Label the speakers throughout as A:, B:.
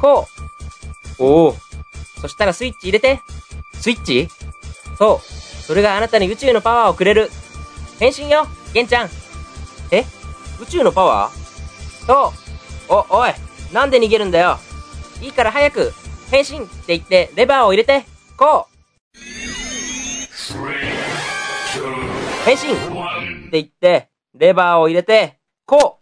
A: こ
B: おお
A: う。そしたらスイッチ入れて。
B: スイッチ
A: そう。それがあなたに宇宙のパワーをくれる。変身よ、ゲンちゃん。
B: え宇宙のパワー
A: そう。お、おい。なんで逃げるんだよ。いいから早く、変身って言って、レバーを入れて、こう。変身って言って、レバーを入れて、こ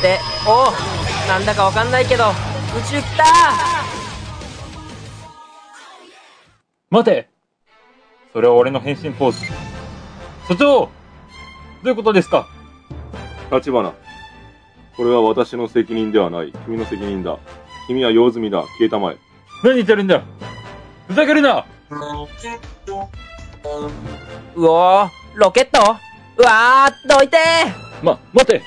A: う。で、おうなんだかわかんないけど、宇宙来た
C: 待てそれは俺の変身ポーズ。所長どういうことですか
D: 立花。これは私の責任ではない。君の責任だ。君は用済みだ。消えたまえ。
C: 何言ってるんだふざけるな
A: うおー、ロケットうわー、どいて
C: ま、待て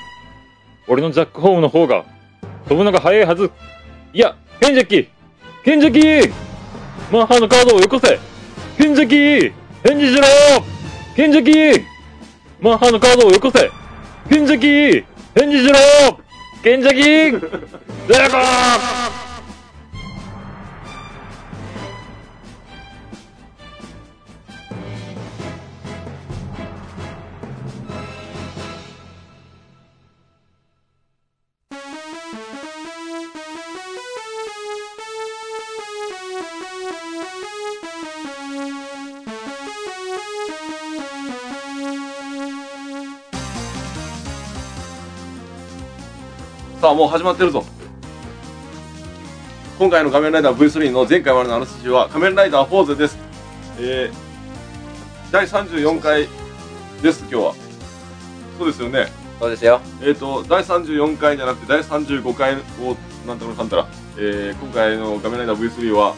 C: 俺のジャックホームの方が飛ぶのが早いはずいや、ケンジャキケンジャキマンハーのカードをよこせケンジャキ返事しろケンジャキマンハーのカードをよこせケンジャキ返事しろケンジャキ ドラゴン
D: さあ、もう始まってるぞ。今回の仮面ライダー V3 の前回までのあの筋は仮面ライダーフォーゼです。えー、第34回です、今日は。そうですよね。
B: そうですよ。
D: えっ、と、第34回じゃなくて、第35回を、なんたらかんたら、えー、今回の仮面ライダー V3 は、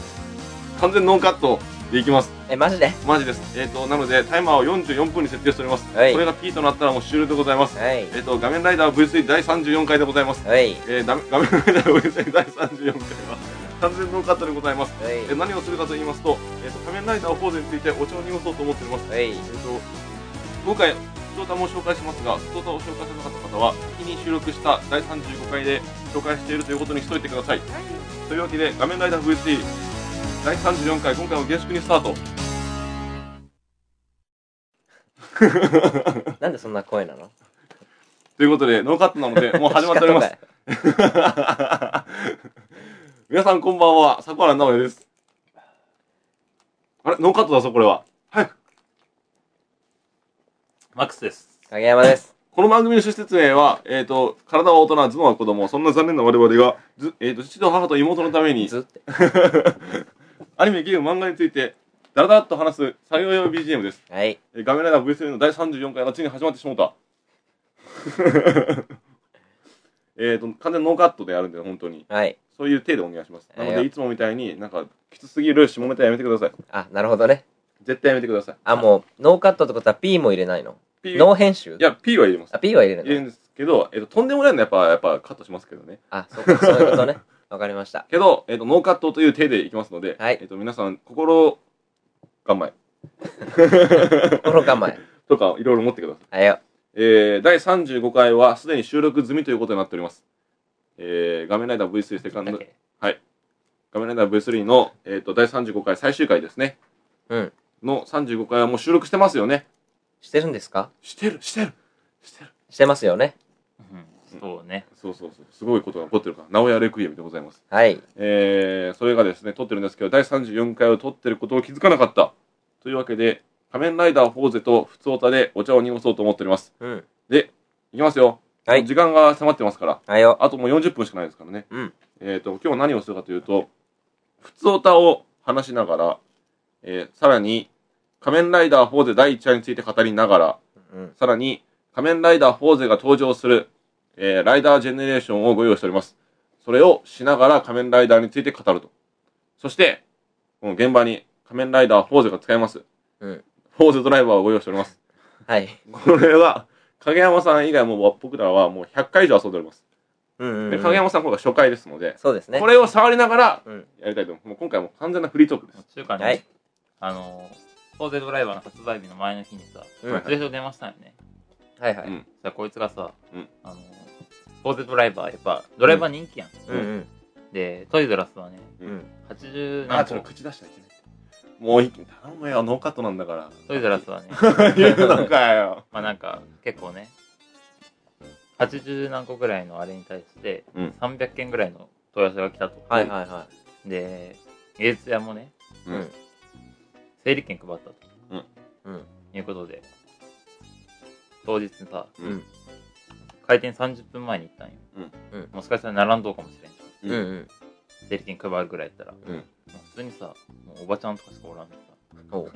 D: 完全ノーカットでいきます。
B: え、マジで
D: マジです。えっ、と、なので、タイマーを44分に設定しております。
B: はい
D: これが P となったらもう終了でございます。
B: はい
D: えっ、。と、画面ライダー V3 第34回でございます。
B: はい。
D: えー、ダメ画面ライダー V3 第34回は、完全ノーカットでございます。
B: はい。
D: えー何をするかと言いますと、えっ、と、仮面ライダーフォーゼについてお茶を濁そうと思っております。
B: はい。
D: えっ、と、今回、ストータも紹介しますが、ストータを紹介しなかった方は、先に収録した第35回で紹介しているということにしといてください。というわけで、画面ライダー V3 第34回、今回も厳粛にスタート。
B: なんでそんな声なの
D: ということで、ノーカットなので、もう始まっておりま
B: 仕
D: す
B: 方。
D: 皆さんこんばんは、桜原直哉です。あれ、ノーカットだぞ、これは。早く。
C: マックスです。
B: 影山です。
D: この番組の趣旨説明は、えっ、と、体は大人、頭脳は子供、そんな残念な我々が、ずえっ、と、父と母と妹のために、
B: ずって。
D: アニメ、ゲーム、漫画について、だらだらっと話す作業用 BGM です。
B: はい。
D: えー、画面ライダー V3 の第34回がついに始まってしまった。 えっと、完全ノーカットでやるんで、本当に。
B: はい。
D: そういう手でお願いします。なの
B: えー
D: で、いつもみたいになんか、きつすぎる下ネタやめてください。
B: あ、なるほどね。
D: 絶対やめてください。
B: あ、もう、ノーカットってことは P も入れないの
D: P、い
B: ノー編集
D: や、P は入れます。
B: あ、P は入れる
D: 入れる
B: の
D: んですけど、えっと、とんでもないのはやっぱ、やっぱカットしますけどね。
B: あ、そうか、そういうこと ね。わかりました。
D: けど、えっと、ノーカットという手でいきますので、
B: はい
D: えっと、皆さん、心構え
B: 心構え。
D: とか、いろいろ持ってください。
B: はいよ。
D: えー、第35回はすでに収録済みということになっております。えー、画面ライダー V3 セカンド、画面ライダー V3 の、えっと第35回最終回ですね。
B: うん。
D: の35回はもう収録してますよね。
B: してるんですか
D: してる、してる、してる。
B: してますよね。
C: うん、そうね。
D: そうそうそう。すごいことが起こってるから、直屋レクイエムでございます。
B: はい。
D: えー、それがですね、撮ってるんですけど、第34回を撮ってることを気づかなかった。というわけで、仮面ライダーフォーゼとフツオタでお茶を濁そうと思っております。
B: うん。
D: で、いきますよ。
B: はい
D: 時間が迫ってますから。
B: はいよ。
D: あともう40分しかないですからね。
B: うん
D: えっ、と、今日何をするかというと、普通歌を話しながら、えーさらに、仮面ライダーフォーゼ第1話について語りながら、
B: うん。
D: さらに、仮面ライダーフォーゼが登場する、えーライダージェネレーションをご用意しております。それをしながら仮面ライダーについて語ると。そして、この現場に仮面ライダーフォーゼが使えます。
B: うん
D: フォーゼドライバーをご用意しております。
B: はい。
D: これは、影山さん以外も僕らはもう100回以上遊んでおります。
B: うんうん
D: で
B: うん。
D: 影山さん今回初回ですので、
B: そうですね
D: こ。れを触りながら
B: うん
D: やりたいと思う。もう今回もう完全なフリートークです。
C: というかね、
B: はい
C: あの
E: コーゼドライバーの発売日の前の日にさ、
B: うん
E: プレゼント出ましたよね。
B: はいはい。
D: うん
E: さ、こいつがさ、
D: うん
E: あの、コーゼドライバー、やっぱ、ドライバー人気やん。
B: うん
E: で、トイドラスはね、
D: うん
E: 80
D: あ
E: 何
D: ちょっと
E: 個、
D: 口出しちゃいけないもうい頼むよノーカットなんだから
E: トイドラス はね、
D: 言うのかよ
E: まあなんか、結構ね、80何個ぐらいのあれに対して、
D: うん
E: 300件ぐらいの問い合わせが来たと。
B: はいはいは
E: で、芸術屋もね、
D: うん
E: 整理券配ったと。
B: い。うん。
E: いうことで、当日さ、
D: うん
E: 開店30分前に行ったんよ。
B: うんうん
E: もしかしたら並んどうかもしれん。
B: うんうん。
E: 整理券配るぐらいやったら、
D: うん
E: も普通にさ、もうおばちゃんとかしかおらんのさ、
B: おう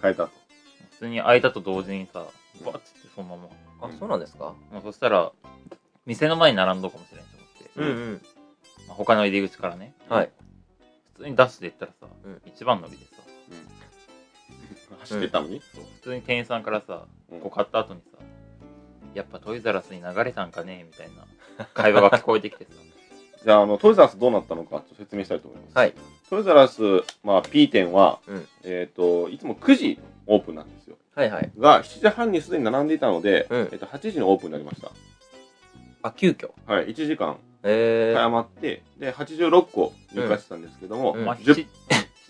D: 変えたと
E: 普通に開いたと同時にさ、バッてってそのまま。
B: あ、そうなんですか
E: もうそしたら、店の前に並んどうかもしれんと思って、
B: うんうん。
E: まあ他の入り口からね、
B: はい。
E: 普通にダッシュで行ったらさ、
B: うん
E: 一番乗りでさ、
D: 走ってったのに
E: そう普通に店員さんからさ、
D: うん
E: こう買った後にさ、やっぱトイザラスに流れたんかねみたいな会話が聞こえて きてさ、
D: じゃああのトイザラスどうなったのかちょっと説明したいと思います、
B: はい、
D: トイザラス、まあ、P 店は、
B: うん
D: えっ、といつも9時オープンなんですよ
B: はいはい。
D: が7時半にすでに並んでいたので、
B: うん
D: えっと8時のオープンになりました
B: あ、急遽。
D: はい1時間
B: えー。
D: 余ってで86個入荷してたんですけども、
B: う
E: お
B: ん
E: 前
D: 10
E: 7 7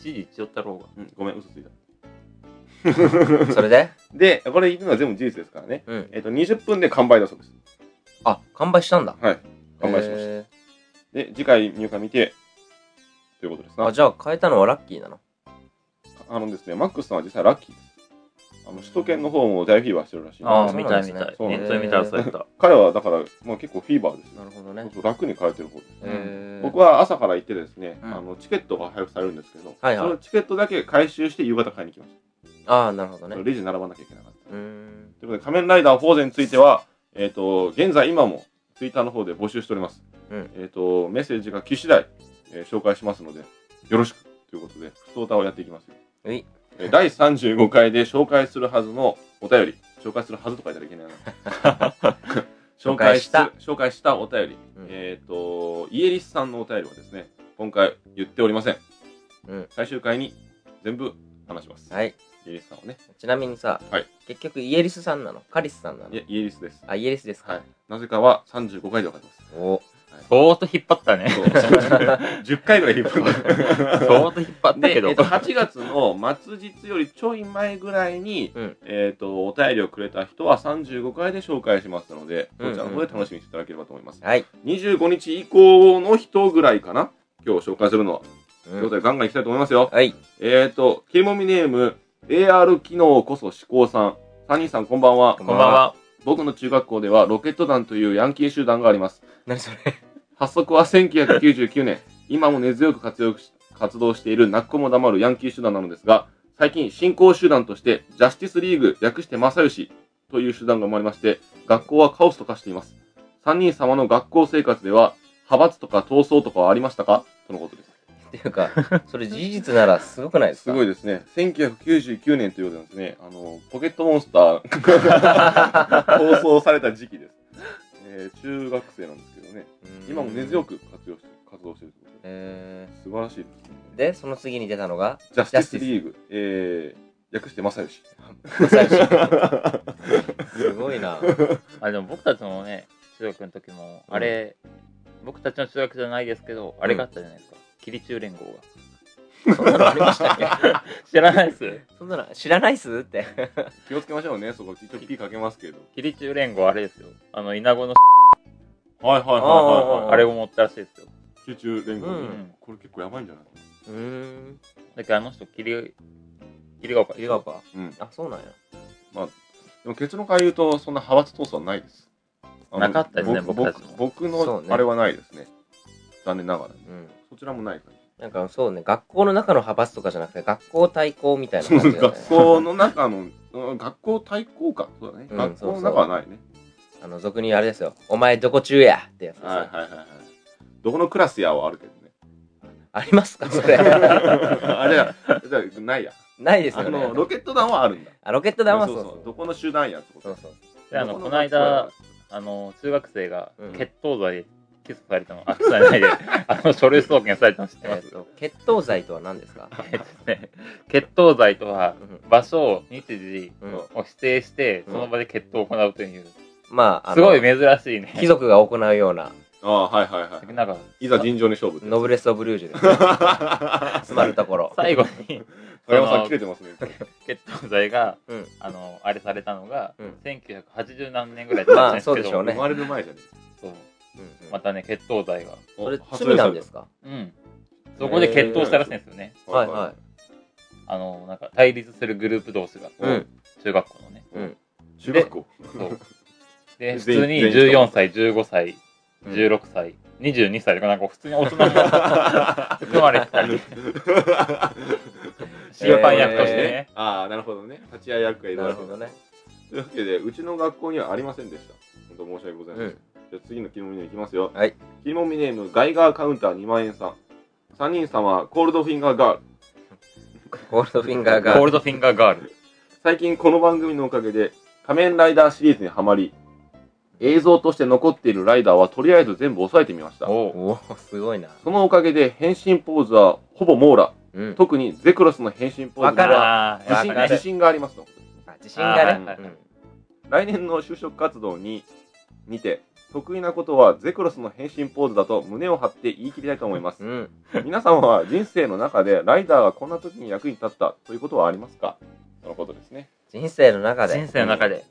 E: 時行っちよったろうが。
D: うんごめん嘘ついた
B: それで
D: でこれ言ってるのは全部事実ですからね
B: うん。
D: えっ、と20分で完売だそうです
B: あ、完売したんだ。
D: はい完売しました、
B: え
D: で次回入荷見てということです
B: ー。あ、
D: な
B: じゃあ変えたのはラッキーなの。
D: あのですねマックスさんは実際ラッキーですあの首都圏の方も大フィーバーしてるらしいんで
E: ああ、
B: そう
E: 見
B: な
E: た
B: んで
E: い
B: す
E: 見
B: ね
E: たい。
D: そうな
E: ネ
D: ん
E: ッ
D: です
E: トで見たらそうや った。
D: 彼はだから、まあ、結構フィーバーですよ
B: なるほど
D: そう
B: ね。
D: そう楽に変えてる方です、
B: えー。
D: 僕は朝から行ってですね、
B: うん
D: あのチケットが配布されるんですけど、
B: はいはい
D: そのチケットだけ回収して夕方買いに来まし
B: ああ、なるほど
D: た、
B: ね。
D: レジ並ばなきゃいけなかった
B: うーん。
D: ということで仮面ライダーフォーゼについてはえっ、と現在今もツイッターの方で募集しております、
B: うん
D: えっ、とメッセージが来次第、えー紹介しますのでよろしくということで不登タをやっていきますよ
B: うい
D: えー第35回で紹介するはずのお便り紹介するはずとか言ったらいけないな 紹介した紹介したお便り、
B: うん
D: えっ、とイエリスさんのお便りはですね今回言っておりません、
B: うん
D: 最終回に全部話します、
B: はい。
D: イエリスさんはね
B: ちなみにさ、
D: はい
B: 結局イエリスさんなのカリスさんなの
D: いやイエリスです
B: あ、イエリスですか。
D: はいなぜかは35回で分かってます
B: お
E: 相当引っ張った ね。
D: そう10回ぐらい引っ張った
E: 相当引っ張った
D: で、
E: けど
D: えっ。と8月の末日よりちょい前ぐらいに、
B: うん
D: えっとお便りをくれた人は35回で紹介しますので、
B: うんうん
D: そちらの方で楽しみにしていただければと思います。
B: はい。
D: 25日以降の人ぐらいかな、今日紹介するのは。
B: う
D: とい
B: ん
D: うことで、ガンガンいきたいと思いますよ。
B: はい。
D: えっ、と、切りもみネーム、AR 機能こそ思考さん。サニーさん、こんばんは。
E: こんばんは。
D: 僕の中学校では、ロケット団というヤンキー集団があります。
B: 何それ
D: 発足は1999年、今も根強く活躍し活動している泣く子も黙るヤンキー集団なのですが、最近新興集団として、ジャスティスリーグ、略して正義という集団が生まれまして、学校はカオスと化しています。3人様の学校生活では、派閥とか闘争とかはありましたかとのことです。
B: っていう か、それ事実ならすごくないです
D: す
B: か
D: ごい
B: い。
D: ですね。1999年ということなんですね。あの、ポケットモンス ターが放送された時期です。えー中学生なんですけどね。今も根強
B: く。
D: く活用して活動しているということで
B: え
D: 素晴らしい
B: ー、
D: ですね。
B: で、その次に出たのが、
D: ジャスティスリーグ、えー、略して正義。
B: 最初 すごいな。
E: あ、でも僕たちもね、中学の時も、あれ、僕たちの中学じゃないですけど、あれがあったじゃないですか。キリチュウ連合が。
B: そんなのありましたっけ
E: 知らないっす。
B: そんなの知らないっすって。
D: 気をつけましょうね、そこ。一応 P かけますけど。
E: キリチュウ連合あれですよ。あの、イナゴの
D: はいはいは
B: は
D: い
B: いはい
E: あれを持ったらしいですよ。
D: 集中連合、
B: うん
D: これ結構やばいんじゃな いう
B: ーん。
E: だけどあの人、キリ、キリが丘。
B: リガーパ
D: うん。
B: あ、そうなんや。
D: でも結論から言うと、そんな派閥闘争はないです。あの
E: なかったですね
D: ぼ
E: 僕たちも
D: 僕
B: そう
D: の
B: ね
D: あれはないですね。残念ながら。
B: うん。
D: そちらもない感
B: なんかそうね、学校の中の派閥とかじゃなくて、学校対抗みたいな
D: じ。
B: 感じだよね
D: 学。校の中の、うん学校対抗か。そうだね。
B: うん
D: 学校の中はないね。
B: あの、俗に言うあれですよ。お前どこ中やってやつですよ。
D: はいはいはいはい。どこのクラスやはあるけど ね。
B: ありますかそれ。
D: あれや、じゃあないや。
B: ないです
D: あ
B: よね。
D: の、ロケット団はあるんだ。
B: あ、ロケット弾は
D: そ
B: そうう
D: そ
B: そうう
D: どこの集団やってこ
B: そ
D: と
B: うそう。
E: であの、この間、あの、中学生が
B: うん
E: 決闘剤起訴されたの、あ、起訴されないで、 あの、書類送検されたの知ってま
A: え
E: す
A: っと、血糖剤とは何ですか
E: えっとね血糖剤とは
A: うん
E: 場所を日時
A: うん
E: を指定して
A: うん
E: その場で血糖を行うという
A: まあ、あ
E: す
A: の
E: ごい珍しいね
A: 貴族が行うような、
D: ああ、はいはいはい。
E: なんか
D: いざ尋常に勝負って。
A: ノブレス・オブリュージュですね。詰まるところ。
E: 最後に
D: 影山さん切れてますね。
E: 血糖剤が
A: うん
E: あのあれされたのが
A: うん
E: 1980何年ぐらいだったんで
A: まあそ
E: すけど
A: うでしょう
D: 生
A: ね
D: まれる前じゃね
E: そう
A: うんうん
E: またね血糖剤が
D: え。
A: それ罪なんですか
E: うんそこで決闘したらしいんですよね
D: す
A: はいはい。
E: あのなんか対立するグループ同士が
A: うん。
E: 中学校のね
D: い。中学校。
E: そうで普
D: 全員
E: 通に
D: 全員した
E: 14歳15歳
A: うん
E: 16歳22歳とかなんか普通に大人も含まれてたり審判役としてね、
D: ああ、なるほどね。立ち会い役がいる
A: な
D: わ
A: る
D: け
A: ほどね。
D: というわけで、うちの学校にはありませんでした。本当申し訳ございません。
A: うん
D: じゃあ次のキモミネームいきますよ。
A: はい。
D: キモミネーム、ガイガーカウンター2万円さん。3人様、コールドフィンガーガール。
A: ゴールドフィンガー
E: ゴー
A: が
E: ルドフィンガーガール
D: 最近この番組のおかげで、仮面ライダーシリーズにはまり、映像として残っているライダーはとりあえず全部押さえてみました。
E: お
A: お
E: う
A: お、すごいな。
D: そのおかげで変身ポーズはほぼ網羅。
A: うん。
D: 特にゼクロスの変身ポーズに
A: わかる
D: は
E: あー
D: 自信
E: わかる
D: 自信がありますと。
A: あ自信が
E: あーはい
A: ね。
E: はい
D: 来年の就職活動ににて得意なことはゼクロスの変身ポーズだと胸を張って言い切りたいと思います
A: うん。うん。
D: 皆さんは人生の中でライダーがこんな時に役に立ったということはありますかとのことですね
A: 人生の中で。
E: 人生の中で、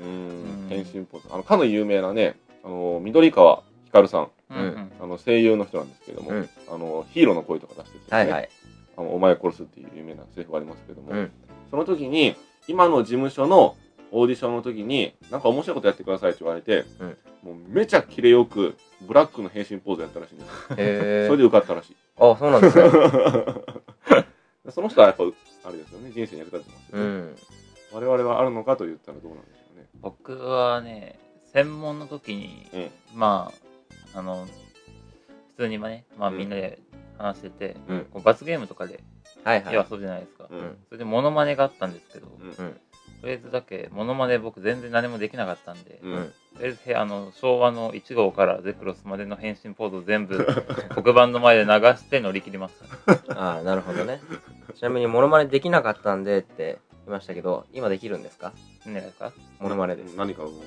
D: うーん
E: うん
D: 変身ポーズあのかの有名なねあの緑川光さん
E: う
A: うんん
D: あの声優の人なんですけれども、
A: うん
D: あのヒーローの声とか出してる人ね
A: はいはい。
D: あのお前を殺すっていう有名なセリフがありますけれども、
A: うん
D: その時に今の事務所のオーディションの時になんか面白いことやってくださいって言われて、
A: うん
D: もうめちゃキレよくブラックの変身ポーズやったらしいんですよ
A: へ
D: それ
A: え。
D: で受かったらしい
A: あ、そうなんですね。
D: その人はやっぱあれですよね人生に役立ってますよ
A: う
D: ね、
A: ん。
D: 我々はあるのかと言ったらどうなんでしょうね
E: 僕はね専門の時に、
D: うん
E: まああの普通にまあね、まあ、
D: うん
E: みんなで話してて、
D: うん
E: こう罰ゲームとかで
A: はいはい。
E: 夜遊ぶじゃないですか、
D: うん
E: それでモノマネがあったんですけど、
D: ん
A: うん
E: とりあえずだけモノマネ僕全然何もできなかったんで、
D: うん
A: うん
E: とりあえずへあの昭和の1号からゼクロスまでの変身ポーズを全部 黒板の前で流して乗り切りました
A: ああ、なるほどね。ちなみに、モノマネできなかったんでって言いましたけど、今できるんですか
E: ねですか
A: モノマネです。
D: 何かを思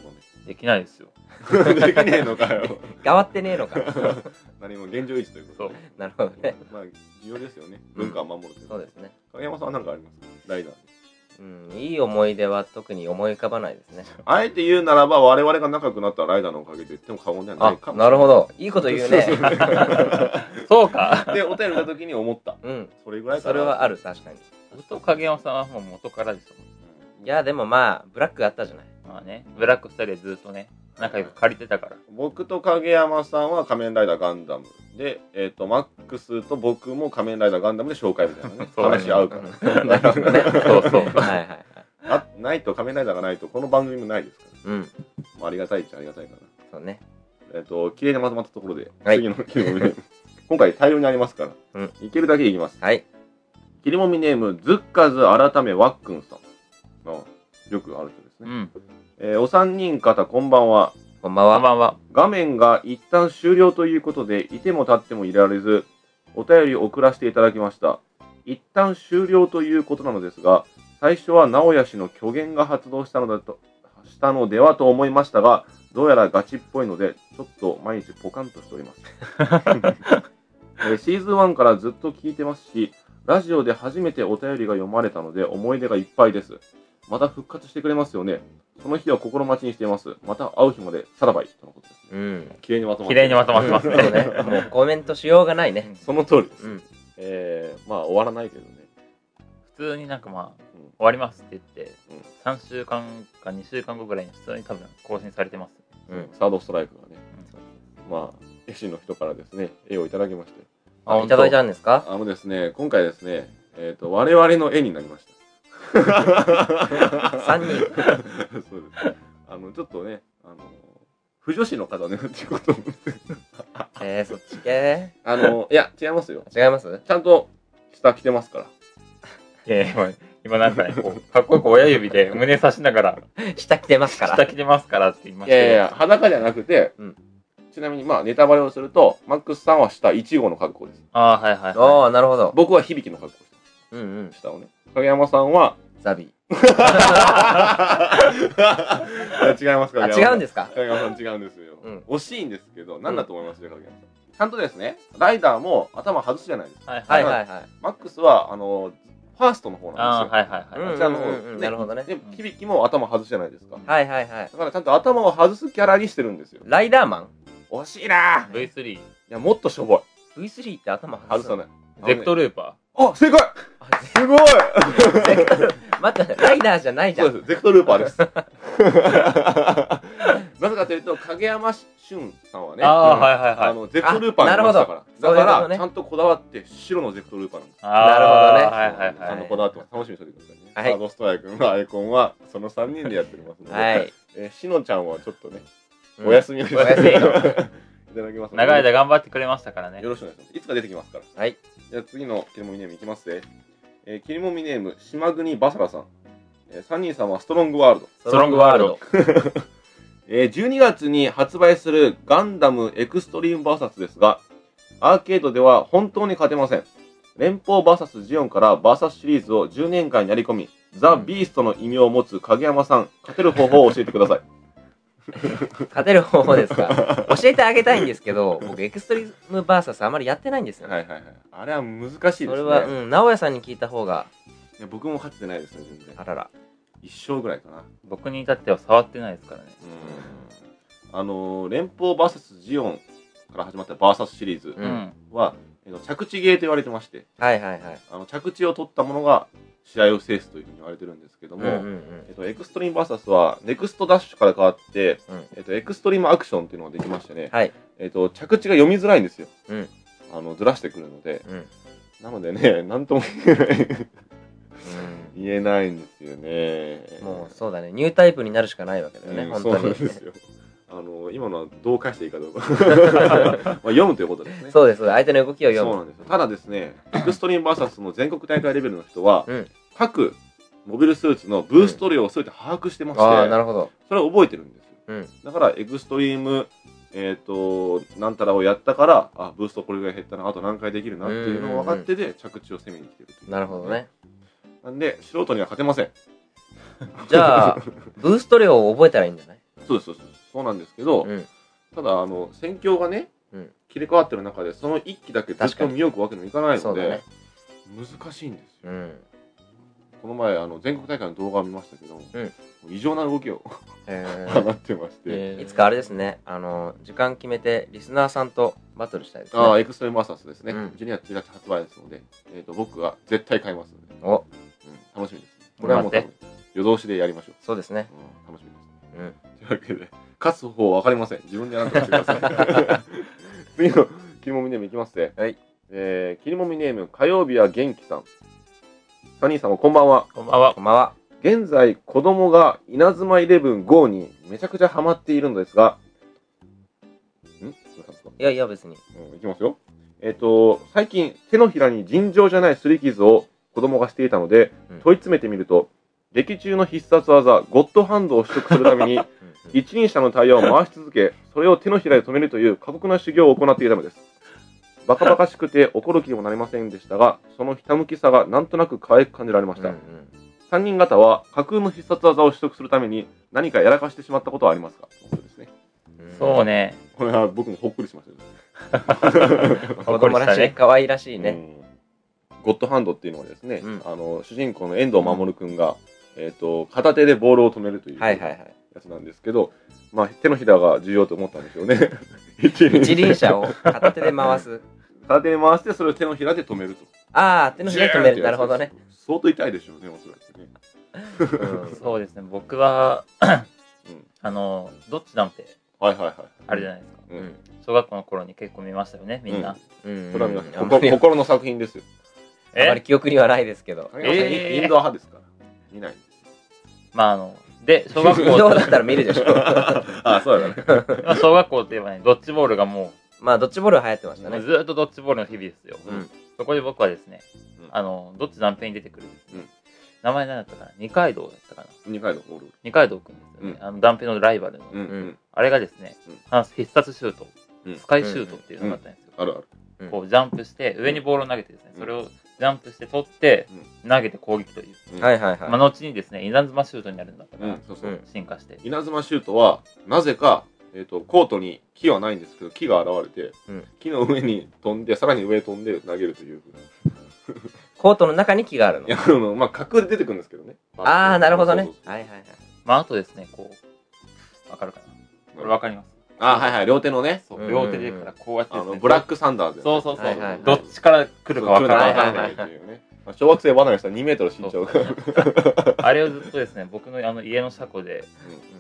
E: できないですよ
D: うのねできねえのかよ
A: 変わってねえのか。
D: 何も現状維持ということで
A: なるほどね。
D: まあ重要ですよね文化を守るというこ
A: そう
D: と
A: ですね。
D: 影山さんは何かありますかライダー
A: うん、いい思い出は特に思い浮かばないですね。
D: あえて言うならば、我々が仲良くなったライダーのおかげと言っても過言ではな
A: あ
D: いか、も。
A: なるほ
D: ど。
A: ど。いいこと言うね。
E: そうか
D: で、お便りの時に思った。
A: うん。
D: それぐらいか
A: そ
D: な
A: れはある、確かに。
E: ずっと影山さんはもう元からですよ
D: うん
A: いや、でもまあ、ブラックがあったじゃない。
E: まあねブラック2人でずっとね仲良く借りてたから。
D: 僕と影山さんは仮面ライダーガンダム。で、えっ、と、マックスと僕も仮面ライダーガンダムで紹介みた いなね
E: そう
D: 話し合うか
A: から。なるほどね。
E: そうそう
A: はいはいはい。
D: ら。 あないと、仮面ライダーがないと、この番組もないですから。
A: うん。
D: まあ、ありがたいっちゃありがたいかな。
A: そうね。
D: えっ、と、綺麗にまとまったところで、
A: はい
D: 次の切り込みね今回大量にありますから、
A: うん
D: いけるだけいきます。
A: はい。
D: 切りもみネーム、ズッカズ改めワックンさん。ああよくある人ですね
E: う。ん
D: えーお三人方こんばんは
A: こんばん
E: こんば
A: は。
E: んは
D: 画面が一旦終了ということでいても立ってもいられずお便りを送らせていただきました一旦終了ということなのですが最初は直哉氏の虚言が発動したのだとしたのではと思いましたがどうやらガチっぽいのでちょっと毎日ポカンとしております、えーシーズン1からずっと聞いてますしラジオで初めてお便りが読まれたので思い出がいっぱいですまた復活してくれますよねその日は心待ちにしていますまた会う日までさらばいとのことです
A: うん。
D: 綺麗にまとまっ
E: 綺
D: て
E: 麗にまとまってます
A: そうね
E: ね。
A: もうコメントしようがないね。
D: その通りです、
A: うん。
D: えー、まあ終わらないけどね
E: 普通になんかまあ
D: うん
E: 終わりますって言って
D: うん
E: 3週間か2週間後ぐらいに普通に多分更新されてます
A: うん。
D: サードストライクがね
E: うん
D: まあ絵師の人からですね絵をいただきまして
A: あ、いただいたんですか
D: あのですね今回ですねえっ、と我々の絵にな りました
A: 三 人
D: そうですあのちょっとねあの不女子の方ねっていうことを
A: えー、そっち系
D: あのいや違いますよ
A: 違います
D: ちゃんと下着てますから
E: いや今今なんかねこうかっこよく親指で胸差しながら
A: 下着てますから。
E: 下着てますからって言いま
D: い
E: した
D: やい
E: け
D: や裸じゃなくて、
A: うん
D: ちなみに、まあ、ネタバレをすると、マックスさんは下1号の格好です。
E: ああ、はいはい、
B: あ
E: は
B: あ、なるほど。
D: 僕は響きの格好です。
B: うんうん。
D: 下をね。影山さんは、
B: ザビ。
D: 違いますか
B: あ、違うんですか
D: 影山さん違うんですよ、
B: うん
D: 惜しいんですけど、何だと思いますよ、影山さん。ちゃんとですね、ライダーも頭外すじゃないですか。
E: い。はい
B: は
E: はいい
B: は
E: はい。
B: いはい。
D: マックスは、あの、ファーストの方
E: あ
D: な
E: あ、
D: んですよ。
E: はいはいはい。
D: こちらの方
B: うんうんうんなるほどね。
D: で、響きも頭外すじゃないですか。
B: はいはいはい。
D: だからちゃんと頭を外すキャラにしてるんですよ。
B: ライダーマン
D: 惜しいなぁ
E: V3、
D: いや、もっとしょぼい。
B: ?V3 って頭外
D: 外
B: す
D: さ
B: の
D: ない。
E: ゼクトルーパ
D: あ、正解
B: あ
D: すごい
B: 待って、ライダーじゃないじゃ
D: そうで
B: ん。
D: す。ゼクトルーパーです。 なぜかというと、影山俊さんは
E: ー。
D: ね、
E: ああ、はいはい
D: あ
E: はい。
D: の、ゼクトルーパーにいましたか
B: なるほど
D: ら。だ
B: そういうこ
D: か
B: と
D: ら、
B: ね
D: ちゃんとこだわって、白のゼクトルーパーなんです。
E: あー
B: なるほどね
E: はいはい
D: あ
E: はい。
D: の、こだわってます。楽しみにしててくださいね。
B: はい
D: さあロストアイ君のアイコンは、その3人でやっておりますので、
B: はい。
D: えーしのちゃんはちょっとね、
B: うん
D: お休みをしてい
B: お
D: ただ
B: 休みを
D: きますので
E: 長い間頑張ってくれましたからね
D: よ。ろしくお願いします。いつか出てきますから。
B: はい。
D: じゃあ次の切りもみネームいきますね。えー、切りもみネーム、島国バサラさん。えー、3人さんはストロングワールド。
B: ストロングワールド。
D: えー、12月に発売するガンダムエクストリームバーサスですが、アーケードでは本当に勝てません。連邦バーサスジオンからバーサスシリーズを10年間やり込み、ザ・ビーストの異名を持つ影山さん、勝てる方法を教えてください。
B: 勝てる方法ですか教えてあげたいんですけど、僕、エクストリームバーサスあまりやってないんですよね。
D: はいはいはい。あれは難しいですね。
B: それは、うん、直哉さんに聞いた方が、
D: いや僕も勝ててないですね、全然
B: あ。らら。
D: 一生ぐらいかな。
E: 僕に至っては触ってないですからね。
D: あのー連邦 VS ジオンから始まった VS シリーズ
B: うん
E: うん。
D: は、えっと着地ゲーと言われてまして
B: はいはいはい。
D: あの着地を取ったものが試合を制すというふうに言われてるんですけども、
B: うんうんうん。
D: えっとエクストリーム VS はネクストダッシュから変わって、
B: うん
D: えっとエクストリームアクションっていうのができましてね、
B: はい。
D: えっと着地が読みづらいんですよ、
B: うん
D: あのずらしてくるので
B: うん。うん
D: なのでね 何とも言えない言えないんですよね
B: もう、そうだね。ニュータイプになるしかないわけだよね、
D: うん
B: 本
D: そう
B: 当
D: な
B: に。
D: んですよ。あの今のはどう返していいかどう かまあ読むということですね。
B: そうです。相手の動きを
D: そう
B: 読む。
D: なんですよただで すね、エクストリームバーサスの全国大会レベルの人は、
B: うん
D: 各モビルスーツのブースト量をすべて把握してまして、
B: ああ、なるほど。
D: それを覚えてるんですよ。
B: うん
D: だからエクストリームえっ、となんたらをやったから、あブーストこれぐらい減ったな、あと何回できるなっていうのを分かってで着地を攻めに来てるという
B: なるほど。ね。
D: なんで素人には勝てません。
B: じ ゃあ、ブースト量を覚えたらいいんじゃない
D: そうですそうですそうなんですけど、
B: うん。
D: ただあの戦況がね、
B: うん
D: 切り替わってる中でその一機だけずっ
B: 確か
D: と
B: に
D: 見送るわけにもいかない
B: そ
D: の
B: うだ
D: で、
B: ね。
D: 難しいんですよ
B: うん。
D: この前あの全国大会の動画を見ましたけど、
B: うん
D: 異常な動きを
B: え
D: 放
B: ー
D: ってまして、
B: いつかあれですね、あの、時間決めて、リスナーさんとバトルしたいですね。
D: ああエクストリームバーサスですね、
B: うん
D: 12月1日発売ですので、えー、と僕は絶対買いますので、
B: お、
D: うん楽しみですこれはもう多分夜通しでやりましょ
B: そうですね。
D: う、うん楽しみです
B: うん。
D: というわけで勝つ方法は分かりません自分で何とかしてく ださい次の切りもみネームいきますね
B: はい
D: えー、切りもみネーム火曜日は元気さんサニーさんもこんばんは
E: こんばんは。
B: こんばんは。
D: 現在子供が稲妻イレブン GO にめちゃくちゃハマっているのですがんどうしたんですか
B: いやいや、別に。
D: うん、いきますよ。えっ、と、最近、手のひらに尋常じゃない擦り傷を子供がしていたので、
B: うん
D: 問い詰めてみると、劇中の必殺技、ゴッドハンドを取得するた めに、一輪車のタイヤを回し続け、それを手のひらで止めるという過酷な修行を行っていたのです。バカバカしくて怒る気にもなりませんでしたが、そのひたむきさがなんとなく可愛く感じられまし
B: うん
D: た。
B: うん
D: 三人方は架空の必殺技を取得するために何かやらかしてしまったことはありますかそうですね。
B: うん
E: そうね。
D: これは僕もほっくりしましたね。
B: 子供らしい、可愛らしいね。
D: うんゴッドハンドっていうのはですね、
B: うん
D: あの主人公の遠藤守君が、えっと片手でボールを止めるという
B: はいはいはい。
D: やつなんですけど、まあ、手のひらが重要と思ったんでしょう ね一
B: 一輪車を片手で回 す。
D: 片手で回してそれを手のひらで止めると
B: ああ、手のひらで止める。なるほどね。
D: 相当痛いでしょうねおそらくね、
B: うん
E: そうですね。僕は、
D: うん、
E: あの、どっちなんて、
D: はいはいはい
E: あれじゃないですか。
D: うん
E: 小学校の頃に結構見ましたよね、みんな。
D: うん
B: うん
D: それは皆さん
B: あんま
D: こ
B: りあ
D: 心の作品ですよ
B: まり
E: え
B: 記憶にはないですけど。
D: 影山さんインインドア派ですから見ない
E: まあ、あの、で、小
B: 移
E: 学
B: 動
E: 校、
B: だったら見るでしょ。
D: あそうだね
E: まあ小学校といえばね、ドッジボールがも
B: まあ、ドッジボールは流行ってました
E: う、
B: ね。
E: ずーっとドッジボールの日々ですよ。
B: うん
E: そこで僕はですね、
D: うん
E: あの、どっち断片に出てくるですね、
D: うん
E: 名前何だったかな二階堂だったかな
D: 二回のオール
E: 二階堂くんですよね。あの、断片のライバルの。
D: うんうん
E: あれがですね、
D: うん
E: あの必殺シュート。
D: うん
E: スカイシュートっていうのがあったんですよ。
D: あるある。
B: うん
E: こうジャンプして、上にボールを投げてですね、
D: うん
E: それをジャンプして取って、投げて攻撃という。
D: うん
B: はいはい
E: ま
B: は
E: あ、後にですね、イナズマシュートになるんだったか
D: う
E: ら
D: ん、、そうそう。
B: うん
E: 進化して。
D: 稲妻シュートは、なぜか、えっ、と、コートに木はないんですけど、木が現れて、
B: うん
D: 木の上に飛んで、さらに上へ飛んで投げるという。
B: い。コートの中に木があるの
D: い。や、あの、まあ、架空で出てくるんですけどね。
B: ああ、なるほどね
D: そうそう。そう
B: はいはいはい。
E: まあ、あとですね、こう、わかるかなこれわかります。
D: あーはいはい、両手のね。
E: そうう、
B: ん
E: 両手でからこうやって
D: あ
E: です
D: の、
E: ね。
D: ブラックサンダーズ。
E: そうそうそう、
B: はいはいはい
E: どっちから来るかわから
B: は
E: ないい。
B: はい
D: というね。まあ小学生離れしたら2メートル身長が。
E: あれをずっとですね、僕のあの家の車庫で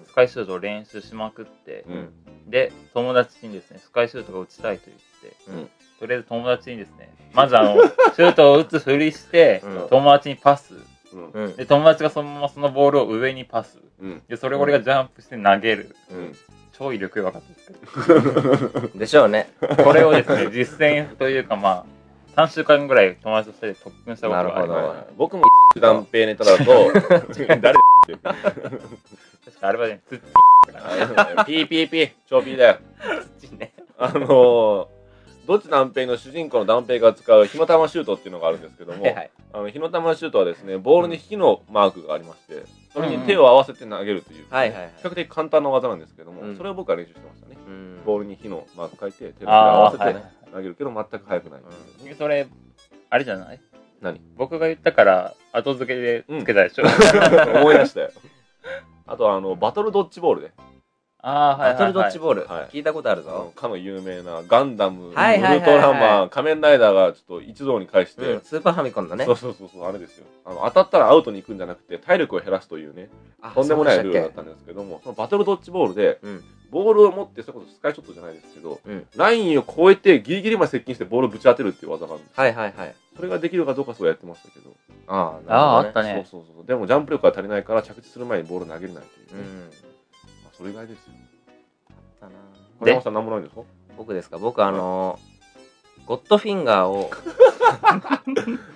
E: スカイシュートを練習しまくって、
D: うん。
E: で、友達にですね、スカイシュートが打ちたいと言って、
D: うん
E: とりあえず友達にですね、まずあの、 シュートを打つふりして、
B: うん
E: 友達にパス。
D: うん。
B: うん。
E: で、友達がそのままそのボールを上にパス。
D: うん。
E: で、それを俺がジャンプして投げる。
D: うん。
E: 超威力弱かったですけど。
B: でしょうね。
E: これをです ね、実践というかまあ、3週間ぐらい友達として特訓したことがあり
B: なる
E: ま
B: ほ
E: す
B: ど。
D: 僕も、断平ネタだ と、誰
E: 確かあれはね、つ
D: ピーピーピー、超ピーだよ。あのー、どっち断平の主人公の断平が使う火の玉シュートっていうのがあるんですけど も、
B: はいはい。
D: あの火の玉シュートはですね、ボールに火のマークがありまして、それに手を合わせて投げるという、
B: はいはいはい
D: 比較的簡単な技なんですけども、
B: うん
D: それを僕は練習してましたね。
B: うん
D: ボールに火のマーク書いて、手を合
E: あ
D: わ
E: あ、
D: せ
E: はい
D: て。投げるけど、全く速くないっていうね。
E: それ、あれじゃない
D: 何
E: 僕が言ったから、後付けでつけたでしょ。
D: 思い出したよ。あとはあの、バトルドッジボールで、
E: ああ、はいはい、はい。
B: バトルドッジボール
D: はい。
B: 聞いたことある
D: あの
B: ぞ。
D: かの有名なガンダム、ウルト
B: はいはいはいはい
D: ラマン、仮面ライダーがちょっと一堂に会して、
B: うんスーパーファミコンのね
D: そ。うそうそうそう、あれですよあの。当たったらアウトに行くんじゃなくて、体力を減らすというね、
B: あ
D: とんでもない
B: そう
D: ルー
B: で
D: ル
B: し
D: だ
B: た
D: っ
B: け
D: たんですけども、そのバトルドッジボールで、
B: うん
D: ボールを持って、それこそスカイショットじゃないですけど、
B: うん
D: ラインを越えてギリギリまで接近してボールをぶち当てるっていう技があるんです。
B: はいはいはい。
D: それができるかどうかすごいやってましたけど、
B: ああ、
E: ああ、
B: な
E: あ
B: る
E: っ
B: ほどね。
E: たね。
D: そうそうそう。でもジャンプ力が足りないから着地する前にボール投げれないとい
B: う
D: うね、
B: ん。
D: まあ、それ以外ですよ。
B: だな
D: 小山さん何もないんですか
B: 僕ですか僕あのー、ゴッドフィンガー を、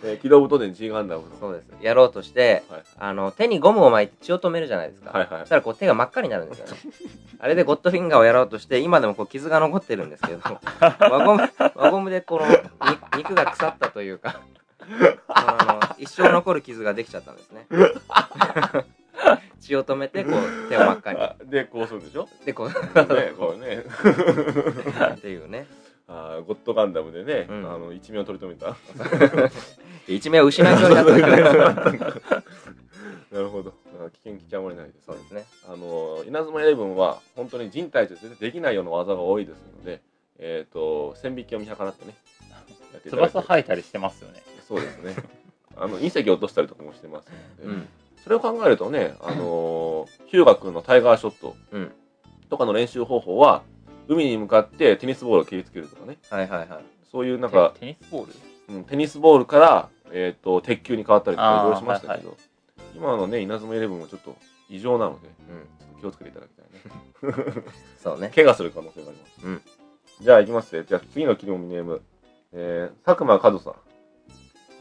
D: えー、機動武闘伝 G ガンダムの。
B: そうです。やろうとして、
D: はい
B: あの、手にゴムを巻いて血を止めるじゃないですか。
D: はいはい
B: そし。たらこう手が真っ赤になるんですよね。あれでゴッドフィンガーをやろうとして、今でもこう傷が残ってるんですけど、輪ゴム、輪ゴムでこのに肉が腐ったというか、あの一生残る傷ができちゃったんですね。 血を止めて、こう手を真っ赤に。
D: あで、こうするん でしょ
B: で、こう、
D: ね、こうね。
B: っていうね。
D: あーゴッドガンダムでね、
B: うん
D: あの一命を取り留 めた。
B: 一命を失いそうになったから。
D: なるほど。あ危険極まりないです、
B: そうですね。
D: あの稲妻イレブンは本当に人体じゃ全然できないような技が多いですので、えっ、と線引きを見計らってね。やっていただいて
E: 翼吐いたりしてますよね。
D: そうですね。あの隕石を落としたりとかもしてますので、
B: うん。
D: それを考えるとね、あのー、ヒューガ君のタイガーショット
B: うん
D: とかの練習方法は海に向かってテニスボールを蹴りつけるとかね。
B: はいはいはい。
D: そういうなんか
E: テテニスボール
D: うん、テニスボールから、えー、と鉄球に変わったりとか
E: あー
D: いろいろしましたけど、今のね稲妻イレブンもちょっと異常なので
B: うん。
D: 気をつけていただきたいね
B: そうね。
D: 怪我する可能性があります、
B: うん
D: じゃあいきますねじゃあ次の切り込みネーム、えー、佐久間和さん、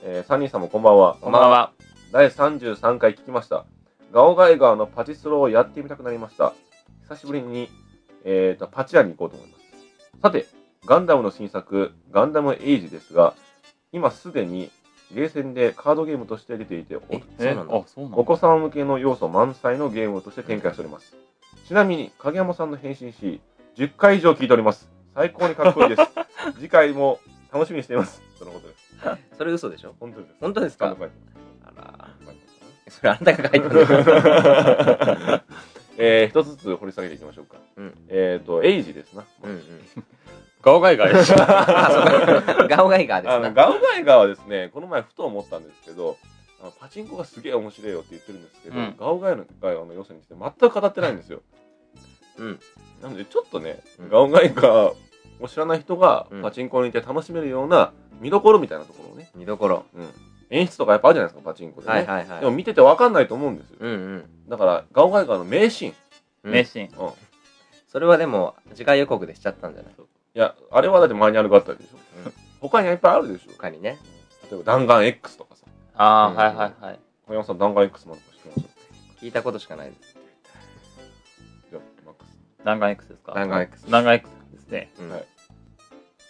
D: えー、三人さんもこんばんは
B: こんばんは。
D: 第33回聞きましたガオガイガーのパチスロをやってみたくなりました久しぶりに、えー、とパチ屋に行こうと思いますさてガンダムの新作ガンダムエイジですが今すでにゲーセンでカードゲームとして出ていてお
B: え、そうなんだ
E: あ、。そうなんだ。
D: お子様向けの要素満載のゲームとして展開しております。ちなみに、影山さんの変身し、10回以上聞いております。最高にかっこいいです。次回も楽しみにしています。そのことです。
B: それ嘘でしょ
D: 本当です。
B: 本当ですか
D: あの
B: あら。それあなたが書いたんだから
D: えー、一つずつ掘り下げていきましょうか。
B: うん
D: えっ、と、エイジですな。
B: うんうん。
E: ガオガイガイでしょ。
B: あ、そうか。ガオガイガーです
D: あ
B: な
D: の、。ガウガイガーはですね、この前ふと思ったんですけど、あのパチンコがすげえ面白いよって言ってるんですけど、
E: うん
D: ガオガイガーの要素について全く語ってないんですよ。
B: うん。
D: なのでちょっとね、
B: うん
D: ガオガイガーを知らない人が
B: うん
D: パチンコに行って楽しめるような見どころみたいなところをね、
B: 見どころ。
D: うん、演出とかやっぱあるじゃないですかパチンコでね、
B: はいはいはい。
D: でも見てて分かんないと思うんですよ、
B: うんうん。
D: だからガオガイガーの名シーン、
B: うん
E: 名シーン。
D: うん、い
B: それはでも、次回予告でしちゃったんじゃない
D: やあれはだってマニュアルがあったわけでしょ、
B: うん
D: 他にはいっぱいあるでしょ
B: 他にね。
D: 例えば弾丸 X とかさ
E: あ
B: う
E: あ、
B: ん
E: はいはいはい。
D: 小山さん弾丸 X もあるか知ってます
B: 聞いたことしかないです。
D: じゃあマックス
E: 弾丸 X ですか
B: 弾丸 X。
E: 弾丸 X。ね、
B: うん
D: はい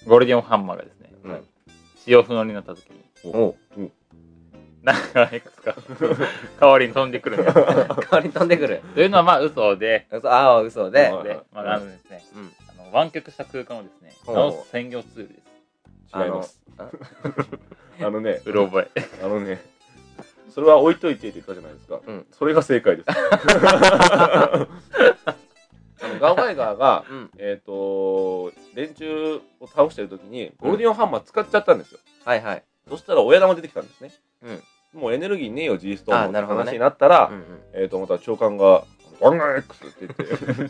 E: ゴールディオンハンマーがですね、
B: うん
E: 潮不能になった時に、
B: おう
E: なんか X が代わりに飛んでくるんですよ。
B: 代わりに飛んでくる
E: というのはまあ嘘で、
B: 嘘ああ嘘で
D: うん
E: でまあ、なんですね、
B: うん
E: あの湾曲した空間をですね、
B: ほう
E: 直す専業ツールです。
D: 違います
B: あの。
D: あのね、
E: うろ覚え。
D: あのね、それは置いといてって言ったじゃないですか。
B: うん
D: それが正 解です。あのガンガイガーが、
B: うん
D: えっ、と電柱を倒してる時にゴールディオンハンマー使っちゃったんですよ。
B: はいはい
D: そしたら親玉出てきたんですね。
B: うん
D: もうエネルギーねえよ G ストー
B: あ
D: ン
B: なる
D: の
B: ほどね
D: 話になったら、
B: うんうん
D: えっ、とまた長官がガンガン X って言って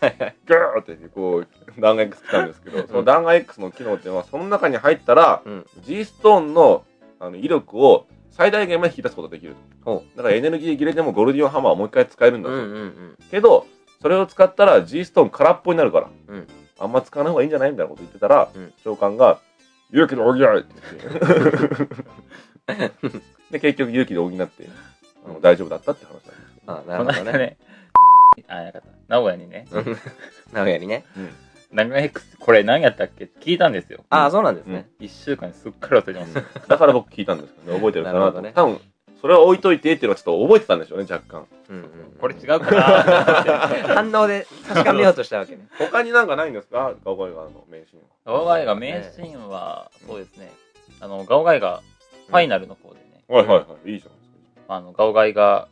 B: はいはい
D: ギャーってこう弾丸 X 来たんですけど、その弾丸 X の機能っていうのはその中に入ったら、
B: うん
D: G ストーンのあの威力を最大限まで引き出すことができる
B: ほ
D: だからエネルギー切れでもゴルディオンハンマーはもう一回使えるんだ
B: う
D: と、
B: んうんうん
D: けどそれを使ったら G ストーン空っぽになるから、
B: うん
D: あんま使わない方がいいんじゃないみたいなこと言ってたら、
B: うん
D: 長官が「勇気で補え!」って言って で結局勇気で補ってあの大丈夫だったって話なんです
B: あなる
E: この
B: ほど
E: 間
B: ね
E: ね、あ、なかった。名古屋にね、
B: 名古屋にね
E: ナガ X これ何やったっけ聞いたんですよ。
B: ああそうなんですね
E: 1週間すっから忘れてました。
D: だから僕聞いたんですけどね、覚えてるかなと。
B: なる
D: 多分、それは置いといてっていうのはちょっと覚えてたんでしょうね、若干。
B: うんうん
E: これ違うかな
B: 反応で確かめようとしたわけね
D: 他になんかないんですかガオガイガーの名シーンは。
E: ガオガイが名シーンは、そうですね、あの、ガオガイがファイナルの方でね、
D: はいはいはい。いいじゃないです
E: あの、ガオガイが、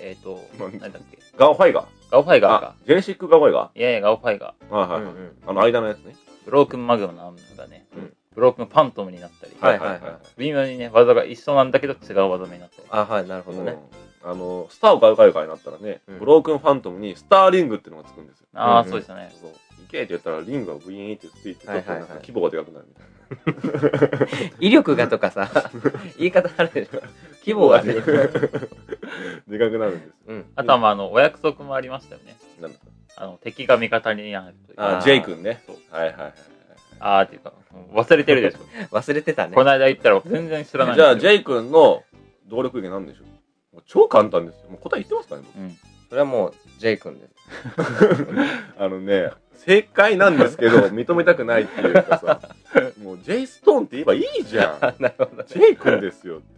E: えっ、と、
D: まあ
E: なんだっけ、
D: か。ガオファイガー。
E: ガオファイガー
D: あ
E: か。、
D: ジェネシックガオファイガ
E: いやいや、ガオファイガー。
D: ー。はいは
B: う
D: い
B: んう
D: はい。
B: ん
D: あの間のやつね。
E: ブロークンマグマなんだね、
D: うん
E: ブロークンファントムになったり、
B: はいはい
E: 微妙にね、技が一緒なんだけど違う技名になったり。
B: あはいなるほど
D: う
B: ね
D: んあの、スターをガオガイガーになったらね、
B: うん
D: ブロークンファントムにスターリングっていうのがつくんですよ。
E: ああ、
B: うんうん
E: そうでしたね。
D: そう行けって言ったらリングがブイーンってついて、ちょ
B: はいは
D: っと
B: いはい
D: なんか規模がでかくなるみたいな。
B: 威力がとかさ言い方あるでしょ規模がね
D: でかくなる でかくなるんですよ。
B: うん
E: あとはまあ、あの、お約束もありましたよね。
D: なんですか
E: あの、敵が味方になるという。
D: あ
B: あー
D: ー、ジェイ君ね
E: そう。
D: はいはいはい。
E: あーっていうか、もう忘れてるで しょ。
B: 忘れてたね
E: この間行ったら全然知らないん
D: じ
E: です
D: ゃ
E: よ。
D: あ、ジェイ君の動力源なんでしょうもう超簡単ですよ。もう答え言ってますからね、
E: うん。
B: それはもう J 君です
D: 僕あのね、正解なんですけど、 認めたくないっていうかさ、もうジェイストーンって言えばいいじゃん。
B: なるほど
D: ジェイ君ですよって。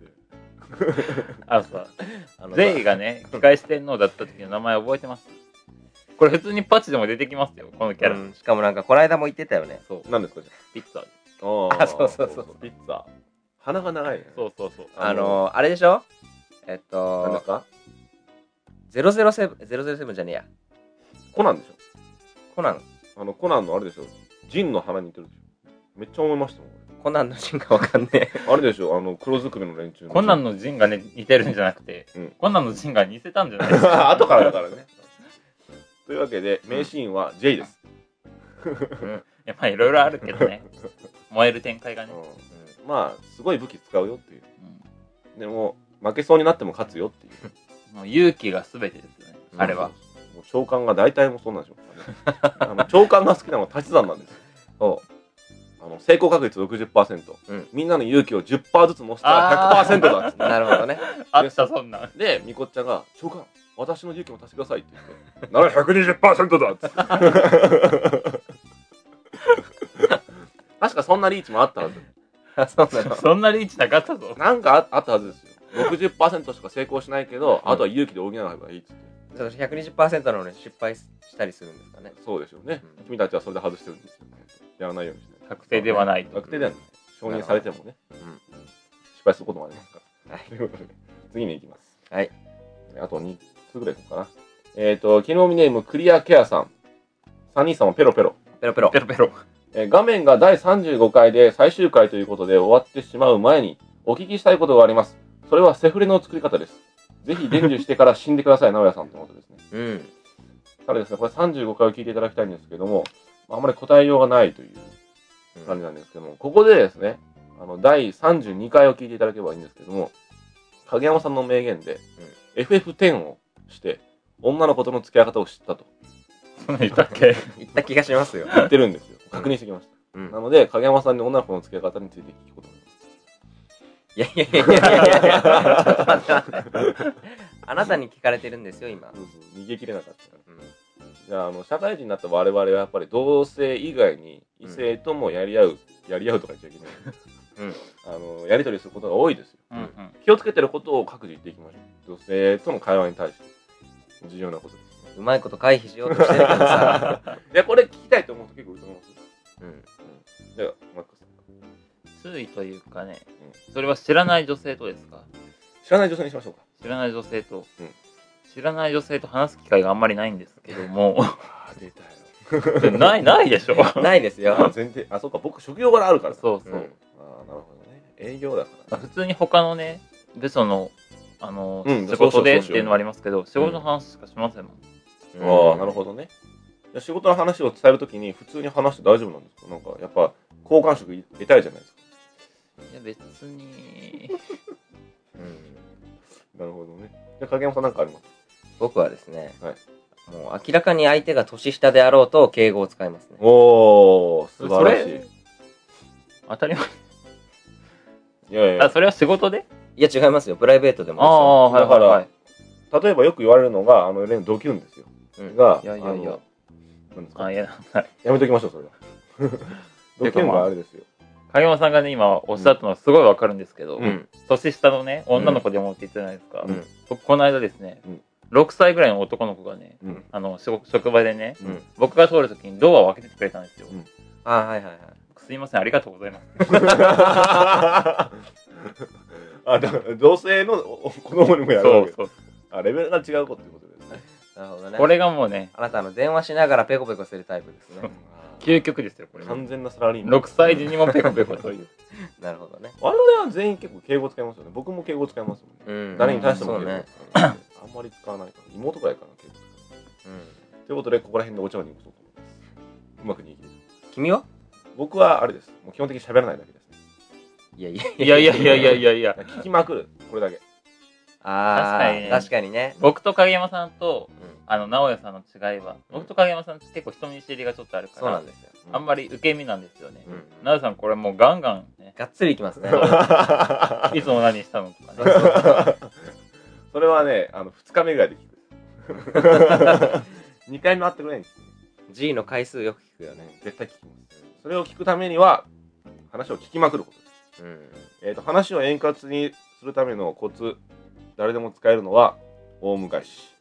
E: あのさ、
B: あのさ
E: ゼイがね、機械四天王だった時の名前覚えてますこれ普通にパチでも出てきますよ、このキャラ。
B: うんしかもなんかこの間も言ってたよね
E: そう、
D: 何ですかじゃ
E: ピッツァです。
D: あ。
B: あそうそうそう。
D: ピッツァ。鼻が長いね。
E: そうそうそう。
B: あのあれでしょえっ
D: 何です
B: と
D: か
B: 007 007じゃねえや
D: コナンでし
B: コナン
D: ょあの、コナンのあれでしょジンの鼻に似てるでしょめっちゃ思いましたもん。
B: コナンのシーンがわかんねえ
D: 俺あれでしょあの、黒ずくめの連中の。
E: コナンのジンがね、似てるんじゃなくて、
D: うん
E: コナンのジンが似せたんじゃない
D: 後からだからね。というわけで、名シーンは J です。
E: やっぱりいろいろあるけどね。燃える展開がね。
D: うんまあ、すごい武器使うよっていう。
E: う
D: でも、負けそうになっても勝つよっていう。
E: んもう勇気が全てですよね、あれは。
D: もう長官が大体もうそうなんでしょうからね。あの長官が好きなのは足し算なんですよ。あの成功確率60%、
B: うん
D: みんなの勇気を10%ずつ乗せたら100%だっつって
B: なるほどね
E: あった、そんなん。
D: で、みこっちゃんが、長官、私の勇気も足してくださいって言って、なら120%だっつって。確かそんなリーチもあったはず。
B: あそうなの
E: そんなリーチなかったぞ。
D: なんかああったはずですよ。60%しか成功しないけど、あとは勇気で補えばいいっつって。
B: その120%なのに失敗したりするんですかね
D: そうでしょうね
B: うん。
D: 君たちはそれで外してるんですよ。やらないようにして。
E: 確定ではないと。
D: 確定ではない。承認されてもね。
B: ん
D: 失敗することもありますから。
B: はい
D: ということで、次に行きます。
B: はい。
D: あと2つぐらいいこうかな。えっ、と、昨日ネームクリアケアさん。3人さんはペロペロ。
B: ペロペロ
E: ペロペロ。
D: えー画面が第35回で最終回ということで終わってしまう前にお聞きしたいことがあります。それはセフレの作り方です。ぜひ伝授してから死んでください、直哉さんということですね。
B: うん
D: ただですね、これ35回を聞いていただきたいんですけども、まああまり答えようがないという感じなんですけども、ここでですね、あの、第32回を聞いていただければいいんですけども、影山さんの名言で、FF10 をして、女の子との付き合い方を知ったと
E: そんなん言ったっけ
B: 言った気がします よ
D: 言ってるんですよ。確認してきました。
B: うん
D: なので、影山さんに女の子の付き合い方について聞くことます。
B: いやいやいやいやいやいやちょっと待って待ってあなたに聞かれてるんですよ今
D: そうそう逃げ切れなかったか
B: うん
D: じゃああの社会人になった我々はやっぱり同性以外に異性ともやり合う、やり合うとか言っちゃいけな
B: う
D: い、
B: ん
D: あのやり取りすることが多いですよ、
E: うんうん
D: 気をつけてることを各自言っていきましょう同性との会話に対して重要なことです
B: うまいこと回避しようとしてるけど さ、
D: いやこれ聞きたいと思う人結構いると思います
B: うん、
D: じゃあマックさん
E: 注意というかね、それは知らない女性とですか
D: 知らない女性にしましょうか
E: 知らない女性と、
D: うん
E: 知らない女性と話す機会があんまりないんですけども
D: あー出たよ
E: ないないでしょ
B: ないです
D: あ
B: よ。
D: 前提あそうか僕職業柄あるから
E: そうそう、
D: んあーなるほどね営業だから
E: 普通に他のね部署のあの、
D: うん
E: 仕事で
D: そうそうそう
E: っ
D: そう
E: ていうのはありますけど仕事の話しかしませんもん、
B: う
D: ああ、
B: ん
D: なるほどね。じゃあ仕事の話を伝えるときに、普通に話して大丈夫なんですかなんか、やっぱ、好感触得たいじゃないですか。
E: いや別 に
B: うん
D: なるほどね。じゃあ、影山さんなんかあります
B: 僕はですね、
D: はい
B: もう明らかに相手が年下であろうと敬語を使いますね。
D: おー、素晴らしい。
E: 当たり前
D: いやい
E: あ
D: や、
E: それは仕事で
B: いや違いますよ、プライベートでも
E: ああはい
D: だか
E: はい
D: ら
E: はい
D: 例えばよく言われるのが、あの、例のドキュンですよ。
B: うん
D: が、
E: いやいやいや
D: あのなんです
E: あ
D: か
E: いやはい
D: やめときましょう、 それは。ドキュンがあれですよ。
E: 影山さんがね今おっしゃったのはすごいわかるんですけど、
B: うん。
E: 年下のね女の子でもって言ってたじゃないですか、
D: うん
E: 僕この間ですね、
D: うん
E: 6歳ぐらいの男の子がね
D: うん。
E: あの職職場でね、
D: うん
E: 僕が通るときにドアを開けてくれたんですよ、
D: うん
B: ああ、はいはいはい。
E: すいませんありがとうございます
D: あ、だから同性のお子供にもやるわ
E: そ
D: け
E: うそう
D: あ、レベルが違うことってことですね。
B: なるほどね。
E: これがもうね
B: あなたあの電話しながらペコペコするタイプですね。
E: 究極ですよこれ
D: 完全なサラリーマン。
E: 6歳児にもペコペコという
B: なるほどね。
D: 我々は全員結構敬語使いますよね。僕も敬語使いますもんね。
B: うん
D: 誰に対して
B: そ
D: も
B: う
D: 敬語使い
B: ね
D: ま。すね、あんまり使わないから。妹ぐらいかな、敬語使
B: うん。
D: う。ということで、ここら辺でお茶を濁そうと思います。うまく握りです。
B: 君は
D: 僕はあれです。もう基本的に喋らないだけです、ね。
B: いやいや
E: いやいやいやいや いやいや
D: 聞きまくる。これだけ。
B: あ
E: 確かに
B: あ、
E: ね
B: 確かにね。
E: 僕と影山さんと
B: うん
E: あの直哉さんの違いは僕と影山さんって結構人見知りがちょっとあるから
B: そうなんですよ。
E: あんまり受け身なんですよね、
B: うん
E: 直哉さんこれもうガンガンね
B: がっつりいきますね。
E: いつも何したのとかね
D: それはね、あの、2日目ぐらいで聞く。2回目 会ってくれないんですよ
B: G の回数よく聞くよね。
D: ね。絶対聞きます。それを聞くためには、話を聞きまくることです。
B: うん。
D: えー、と話を円滑にするためのコツ誰でも使えるのは大昔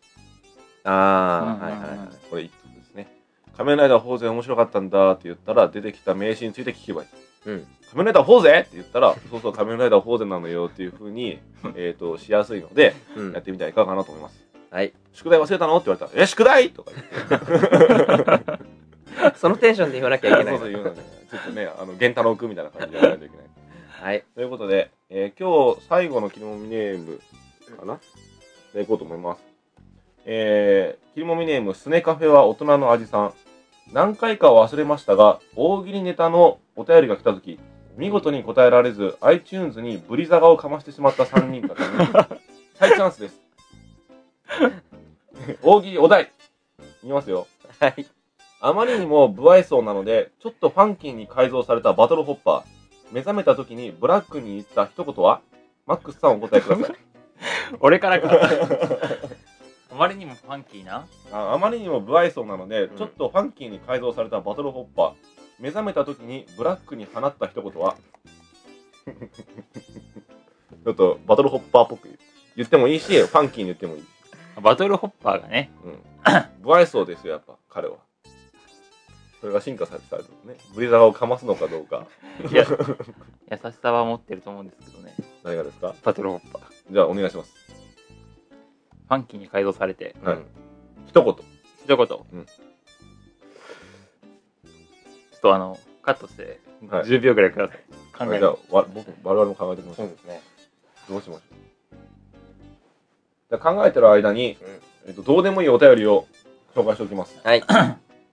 B: あ
E: うん
B: あ、はいはいはい。
D: これ一つですね「仮面ライダー法然面白かったんだ」って言ったら出てきた名詞について聞けばいい
B: うん。
D: 「仮面ライダー法然」って言ったら「そうそう仮面ライダー法然なのよ」っていうふうに、えー、としやすいので
B: う
D: や
B: ん。
D: ってみてはいかがかなと思います
B: はい。
D: 宿題忘れたのって言われたら「え宿題!」とか言って
B: そのテンションで言わなき ゃいけな
D: そう
B: い
D: そう。言うのねちょっとねあの源太郎君みたいな感じでやらないといけない
B: はい。
D: ということで、えー今日最後の切りもみネームかなでいこうと思います。えー、切りもみネーム、スネカフェは大人の味さん。何回かは忘れましたが、大喜利ネタのお便りが来たとき、見事に答えられず、iTunes にブリザガをかましてしまった3人 方に、再チャンスです。大喜利お題、いきますよ。
B: はい。
D: あまりにも不愛想なので、ちょっとファンキーに改造されたバトルホッパー。目覚めた時にブラックに言った一言はマックスさんお答えくだ さい。
E: 俺からかあまりにもファンキーな
D: ああまりにも不愛想なので、
B: ん
D: ちょっとファンキーに改造されたバトルホッパー。目覚めた時にブラックに放った一言 はちょっとバトルホッパーっぽく言ってもいいし、ファンキーに言ってもいい。
E: バトルホッパー がね
D: うん。不愛想ですよ、やっぱ、彼は。それが進化されてたんですね。ブリザガをかますのかどうか。
E: いや優しさは持ってると思うんですけどね
D: 誰がですか
E: バトルホッパーフ
D: じゃあ、お願いします。
E: ァンキーに改造されて
D: はい
B: うん
D: 一言。
E: 一言、ちょ
D: うん
E: っとあのカットして
D: はい。
E: 10秒ぐらいください考え
D: じゃ
E: る
D: あ、わ僕我々も考えてみまし
B: そ
D: ょ
B: う
D: う。
B: ですね。
D: どうしましょう。じゃあ考えてる間に、
B: うん
D: えっと、どうでもいいお便りを紹介しておきます。
B: はい。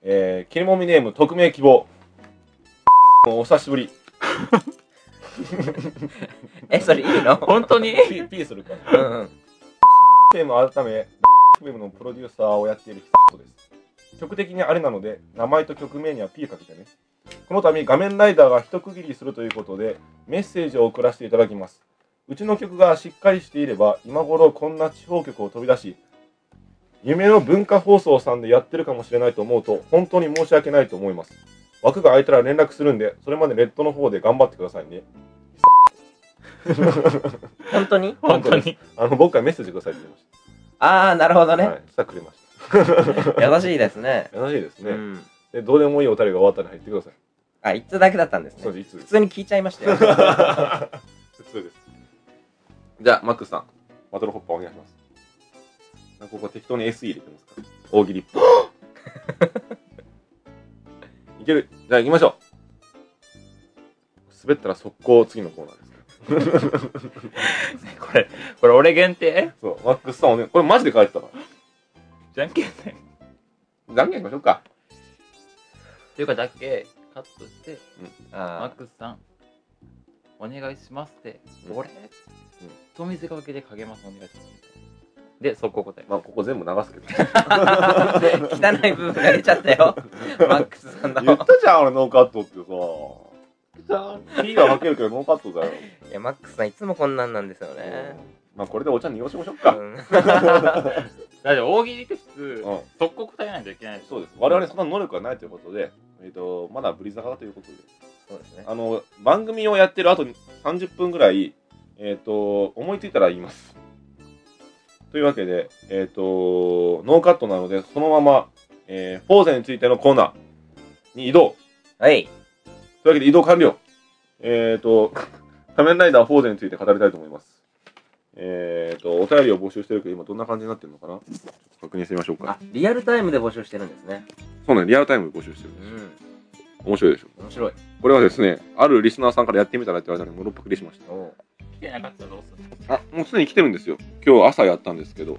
D: えー、切りもみネーム、匿名希望。 もうお久しぶり。
B: え、それいいの
E: 本当 に
D: ピーピーするか。
B: うんうん。
D: FM 改め、FM のプロデューサーをやっている人です。曲的にあれなので、名前と曲名には P かけてね。この度、画面ライダーが一区切りするということで、メッセージを送らせていただきます。うちの曲がしっかりしていれば、今頃こんな地方局を飛び出し、夢の文化放送さんでやってるかもしれないと思うと本当に申し訳ないと思います枠が空いたら連絡するんでそれまでネットの方で頑張ってくださいね
B: 本当に
D: 本
E: 本
D: 当
E: 当
D: に
E: に。
D: あの僕からメッセージくださいって言いまし
B: ああ、なるほど
D: た、
B: ね。
D: はい、したらくれまし
B: 優しいですね。
D: た優しいですね、
B: うん。
D: でどうでもいいおたりが終わったら入ってください
B: あ、言っただけだったんです
D: そう
B: ね。
D: ですい
B: 普
D: つ
B: 通に聞いちゃいま したよ。
D: 普通ですじゃあマックスさんバトルホッパーお願いしますなんかここ適当に SE 入れてますから大 喜利いけるじゃあ行きましょう滑ったら速攻次のコーナーです
E: これ、これ俺限定
D: そうマックスさんをねこれマジで書いてたか
E: じゃんけんね。
D: らじゃんけんしましょうか
E: というか、だけカットして、マッ
B: あ
E: クスさん、お願いしますって、
D: うん
E: 俺、と見せかけてかけます、お願いします。で、速攻答え。
D: まあここ全部流すけど
B: あ。で汚い部分が出ちゃったよ。マックスさん
D: 言っ
B: の。
D: たじゃん俺ノーカットってさ P はかけるけどノーカットだよ、
B: いや、マックスさんいつもこんなんなんですよね。
D: まあこれでお茶濁しましょう
B: う
D: か、
B: ん。
E: だって大喜利って普通、
D: うん
E: 速攻答えないといけないでしょ
D: そうです。我々そんな能力がないということで、えっ、と、まだブリザ派ということで、
B: そうですね。
D: あの、番組をやってる後に30分ぐらい、えっ、と、思いついたら言います。というわけで、えっ、と、ノーカットなので、そのまま、えー、フォーゼについてのコーナーに移動。
B: はい。
D: というわけで移動完了。えっ、と、 仮面ライダーフォーゼについて語りたいと思います。えっ、と、お便りを募集してるけど、今どんな感じになってるのかなちょっと確認してみましょう
B: あ
D: か。、
B: リアルタイムで募集してるんですね。
D: そうね、リアルタイムで募集してる
B: う。ん。
D: 面白いでしょ。
B: 面白い。
D: これはですね、あるリスナーさんからやってみたらって言われたので、もろパクリしまし
B: おう
E: 来てなかったらどうする
D: た。あ、もうすでに来てるんですよ。今日朝やったんですけど、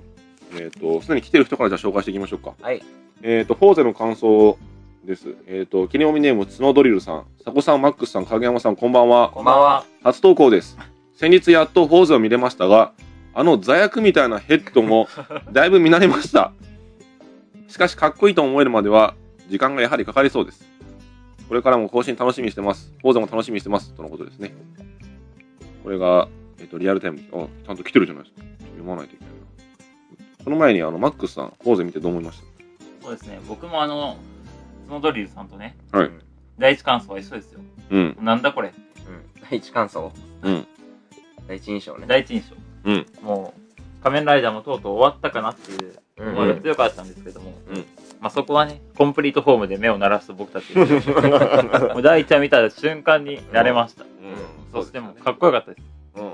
D: えっ、と、すでに来てる人からじゃあ紹介していきましょうか。
B: はい。
D: えっ、と、フォーゼの感想です。えっ、と、キネオミネーム、ツノドリルさん、サコさん、マックスさん、影山さん、こんばんは。
B: こんばんは。
D: 初投稿です。先日やっとフォーゼを見れましたが、あの座薬みたいなヘッ ドも、だいぶ見慣れました。しかし、かっこいいと思えるまでは、時間がやはりかかりそうです。これからも更新楽しみにしてます。フォーゼも楽しみにしてます。とのことですね。これが、えっと、リアルタイム。あ、ちゃんと来てるじゃないですか。読まないといけないな。この前に、あの、マックスさん、フォーゼ見てどう思いました
E: そうですね、僕もあの、スノドリルさんとね、
D: はい
E: 第一感想は一緒ですよ。
D: うん、
E: なんだこれ、
B: うん。第一感想。
D: うん。
B: 第一印象ね。
E: 第一印象。
D: うん
E: もう、仮面ライダーもとうとう終わったかなっていう
B: う
E: 思
B: ん
E: いが強かったんですけども、
D: うん
E: まあそこはね、コンプリートホームで目を鳴らす僕たちです よ。もう第一話見た瞬間に慣れました。そしてもうかっこよかったです。
D: うん。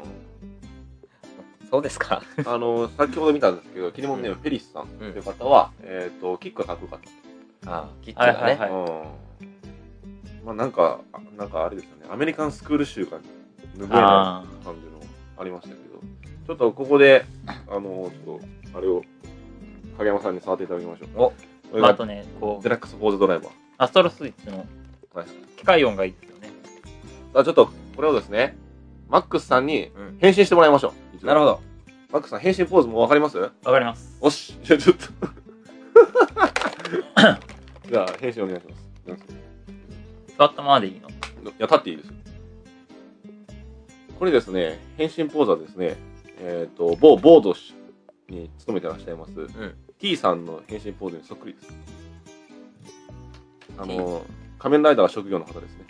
B: そうですか。
D: あの、先ほど見たんですけど、キリモンネームフェリスさんと
B: うん
D: いう方は、えっ、と、キックがかっこよかった。
B: ああ、キッチン
E: はい
B: だ
E: はい
B: ね。
E: はい。
D: うん。まあなんか、あなんかあれですよね、アメリカンスクール集が拭えな
E: あ
D: い感じのありましたけど、ちょっとここで、あの、ちょっと、あれを、影山さんに触っていただきましょう。
B: お
D: こ
E: あ、
D: れ
E: まあ、あ
D: が
E: とね、こう
D: デ、ラックスフォーズドライバー。
E: アストロスイッチの
D: はい
E: 機械音がいいですよね。
D: あちょっと、これをですね、マックスさんに
B: うん
D: 変身してもらいましょう。
B: なるほど。
D: マックスさん、変身ポーズもうわかります
E: わかります。
D: おし、じゃあちょっと。 じゃあ、編集お願いします。
E: 座ったままでいいの。
D: いや、立っていいですよ。これですね、変身ポーズはですね、えっ、と、某ボード氏に勤めてらっしゃいます、T さんの変身ポーズにそっくりです。あの、仮面ライダーが職業の方ですね。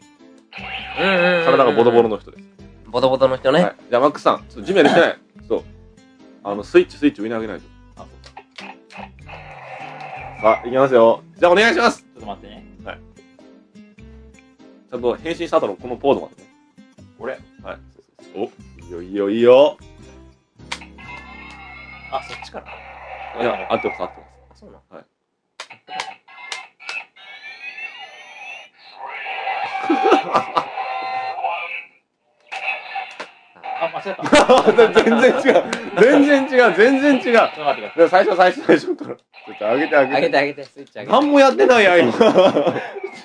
B: うんうんうんうん
D: 体がボロボロ。の人です。
B: ボトボトの人ね。
D: はい。じゃあ、マックスさん、ちょっと地面でしてない。そう。あの、スイッチ、スイッチ上に上げないと。
E: あ、そうか。ち
D: さあ、いきますよ。じゃあ、お願いします
E: ょっと待ってね。
D: ちゃんと変身した後のこのポーズまでね。これはい。おいいよいいよいいよ。
E: あ、そっちから。
D: いや、合ってます合ってます。
B: あそうなの
E: あ、間違った。ちょっ
D: 全然違う。全然違う。全然違う。
E: と待ってください。
D: 最初最初最初から。ちょっと上げて上げて。
B: あげてあげて、スイッチあげて。
D: 何もやってないやん、今。
E: 普通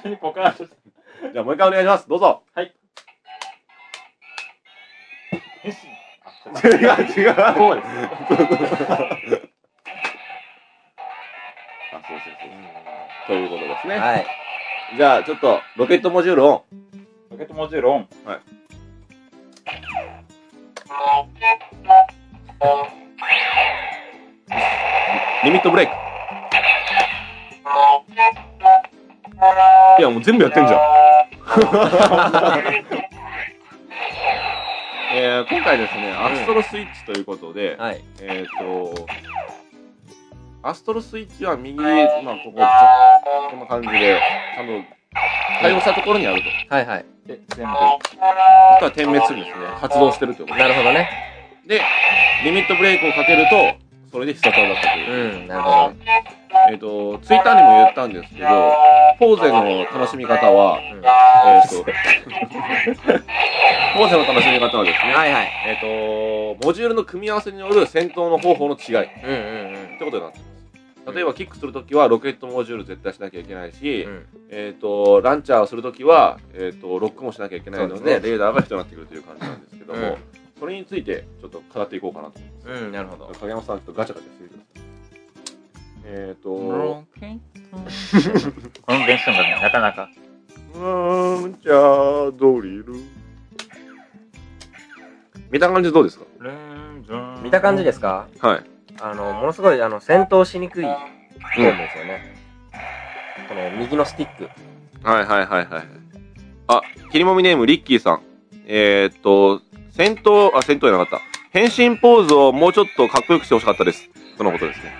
E: に股間として
D: じゃあもう一回お願いします。どうぞ。
E: 変身。あ、ちょっ
D: 違う違う。
E: とこうです。
D: あ、そうそうそう。ということですね。
B: はい。
D: じゃあちょっと、ロケットモジュールオン。
E: ロケットモジュールオン。
D: リミットブレイク。いや、もう全部やっ てんじゃん。えー今回ですね、アストロスイッチということで、
B: はい。
D: えっ、と、アストロスイッチは右、まあ、ここ、ちょこんな感じで、多分、対応したところにあると。
B: はいはい。
D: で、全部。あとは点滅するんですね。発動してるってこと
B: なるほどね。
D: で、リミットブレイクをかけると、それで必殺技だったというう。
B: ん、なるほど。
D: えっ、と、ツイッターにも言ったんですけど、ポーゼの楽しみ方は、
B: ん
D: えっ、と、 ポーゼの楽しみ方はですね、
B: はいはい。
D: えっ、と、モジュールの組み合わせによる戦闘の方法の違い。
B: うんうん
D: ってことになってます。例えば、キックするときはロケットモジュール絶対しなきゃいけないし、
B: うん。うん。
D: えっ、と、ランチャーをするときは、えっ、と、ロックもしなきゃいけないの
B: そう
D: で、
B: ですね
D: レーダーが必要になってくるという感じなんですけども、
B: うん
D: それについてちょっと語っていこうかなと思います。
B: うん、なるほど。
D: 影山さん、ちょっとガチャガチャしてみてください。えっ、と、
E: この電子音がね、なかなか。
D: うん、じゃあ、ドリル。見た感じどうですか
B: 見た感じですか
D: はい。
B: あの、ものすごい、あの、戦闘しにくいフォームですよね。この右のスティック。
D: はいはいはいはい。あ、切りもみネーム、リッキーさん。えー、っと、戦闘、あ、戦闘じゃなかった。変身ポーズをもうちょっとかっこよくしてほしかったです。とのことですね。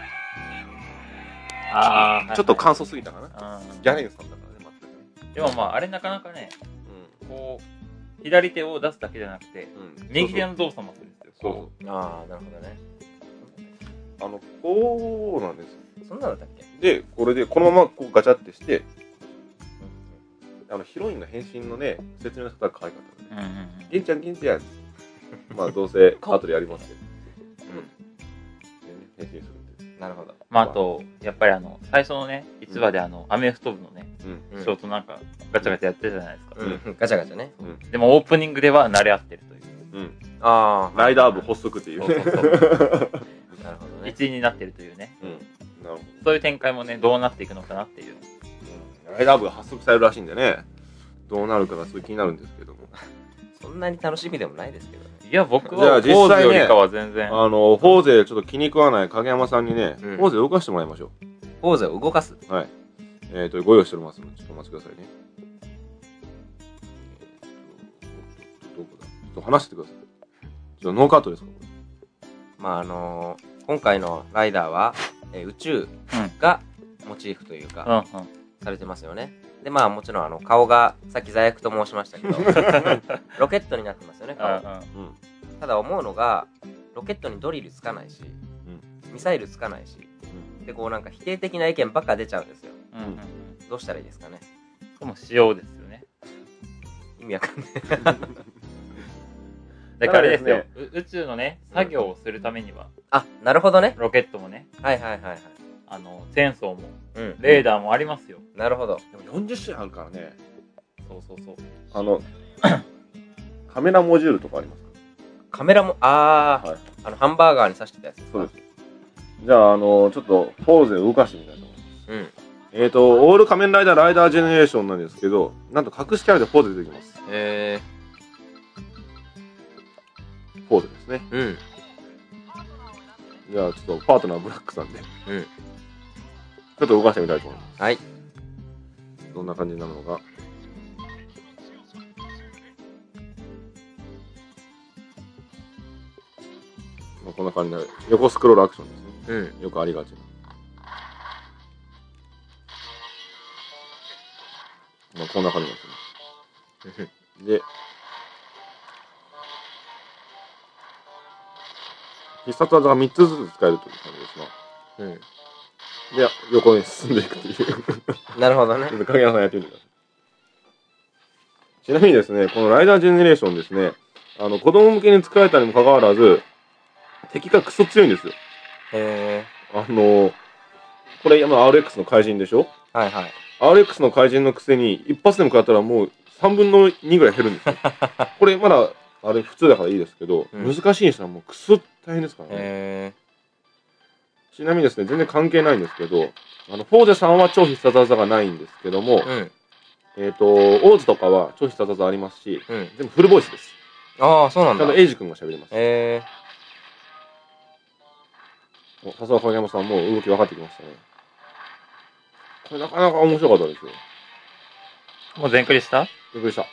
E: ああ、
D: ちょっと簡素すぎたかな。
E: うん
D: ギャレンさんだからね、全くね。
E: でもまあ、あれなかなかね、こう、左手を出すだけじゃなくて、
D: うん。うん。
E: 右手の動作もするんですよ。
D: そう
E: こ
D: そう。
B: ああ、なるほどね。
D: あの、こうなんですよ。
B: そんなのだったっけ
D: で、これで、このままこうガチャってして、あの、ヒロインの変身のね、説明の仕方が可愛かったね。
E: ううんうんうん
D: 銀ちゃん、銀ちゃん。まあ、どうせ、後でやりますけど。うん。でね、変身するんで。
B: なるほど。
E: まあ、あと、やっぱりあの、最初のね、一話であの、アメフト部のね、
D: うん。
B: うん
E: ショートなんか、ガチャガチャやってるじゃないですか。
B: うん、ガチャガチャね。
E: でも、オープニングでは慣れ合ってるという。
D: うん。
B: ああ、
D: ライダー部発足っていう。
E: そうそうそう
B: なるほどね。
E: 一員になってるというね。
D: うん。なるほど。
E: そういう展開もね、どうなっていくのかなっていう。
D: ライダー部が発足されるらしいんでね。どうなるかがすごい気になるんですけども。
B: そんなに楽しみでもないですけどね。
E: いや、僕
D: じゃあ
E: は、
D: 実際ね
E: ポーズよりかは全然。
D: あの、ホーゼちょっと気に食わない影山さんにね、
B: うん
D: ホーゼ動かしてもらいましょ
B: ポーズを動かす。
D: う。はい。えっ、と、ご用意しておりますので、ちょっとお待ちくださいね。えーとどこだちょっと話しててください。じゃあ、ノーカットですかこ
B: まあ、あのー今回のライダーは、えー宇宙がモチーフという
E: うん
B: か、
E: うん。
B: されてますよね。で、まあ、もちろん、あの、顔が、さっき罪悪と申しました けど、ロケットになってますよね、
E: う
B: 顔。
E: ん
D: れ
B: ただ思うのが、ロケットにドリルつかないし、ミサイルつかないし、で、こうなんか否定的な意見ばっか出ちゃうんですよ。
E: うん。うんうん。
B: どうしたらいいですかね。
E: しかも、仕様ですよね。
B: 意味わかんない。
E: だからあれです
D: た
E: よ
D: だ。
E: う宇宙のね、作業をするためには、
B: あ、なるほどね。
E: ロケットもね、
B: はいはいはいはい。
E: あの、チェーンソーも、
B: うん。
E: レーダーもありますよ。
B: なるほど。
D: うん。でも40種類あるからね。
E: そうそうそう。
D: あの、 カメラモジュールとかあります
B: カメラも、あー、
D: はい
B: あの、ハンバーガーに刺してたやつですか
D: そうです。じゃあ、あの、ちょっと、ポーズで動かしてみたいと思います。
B: うん。
D: えっ、と、オール仮面ライダーライダージェネレーションなんですけど、なんと隠しキャラでポーズ出てきます。
B: え
D: ポーズですね。
B: ー、うん。
D: じゃあ、ちょっとパートナーブラックさんで。
B: うん
D: ちょっと動かしてみたいと思います。
B: はい。
D: どんな感じになるのか。まあ、こんな感じになる。横スクロールアクションですね。
B: うん。
D: よくありがちな。まあ、こんな感じですね。で、必殺技が3つずつ使えるという感じですな。
B: うん。
D: で、横に進んでいくという。ちょ
B: なるほどね。
D: っと影山さんやってみてください。ちなみにですね、このライダージェネレーションですね、あの、子供向けに作られたにもかかわらず、敵がクソ強いんですよ。
B: え
D: あの、これ、まあ RX の怪人でしょ
B: ー、はいはい。
D: RX の怪人のくせに、一発でも食らったらもう3分の2ぐらい減るん ですよ。これまだ、あれ普通だからいいですけど、
B: うん
D: 難しいにしたらもうクソ大変ですからね。
B: え
D: ちなみにですね、全然関係ないんですけど、あの、フォーゼさんは超必殺技がないんですけども、
B: ー、うん。
D: えっ、と、オーズとかは超必殺技ありますし、
B: うん。
D: 全部フルボイスです。
B: ああ、そうなん
D: た
B: だ
D: だ、。エイジ君が喋ります。
B: え
D: おさすが影山さん、もう動き分かってきましたね。これなかなか面白かったですよ。
B: ー、
E: もう全クリした
D: びっくりした。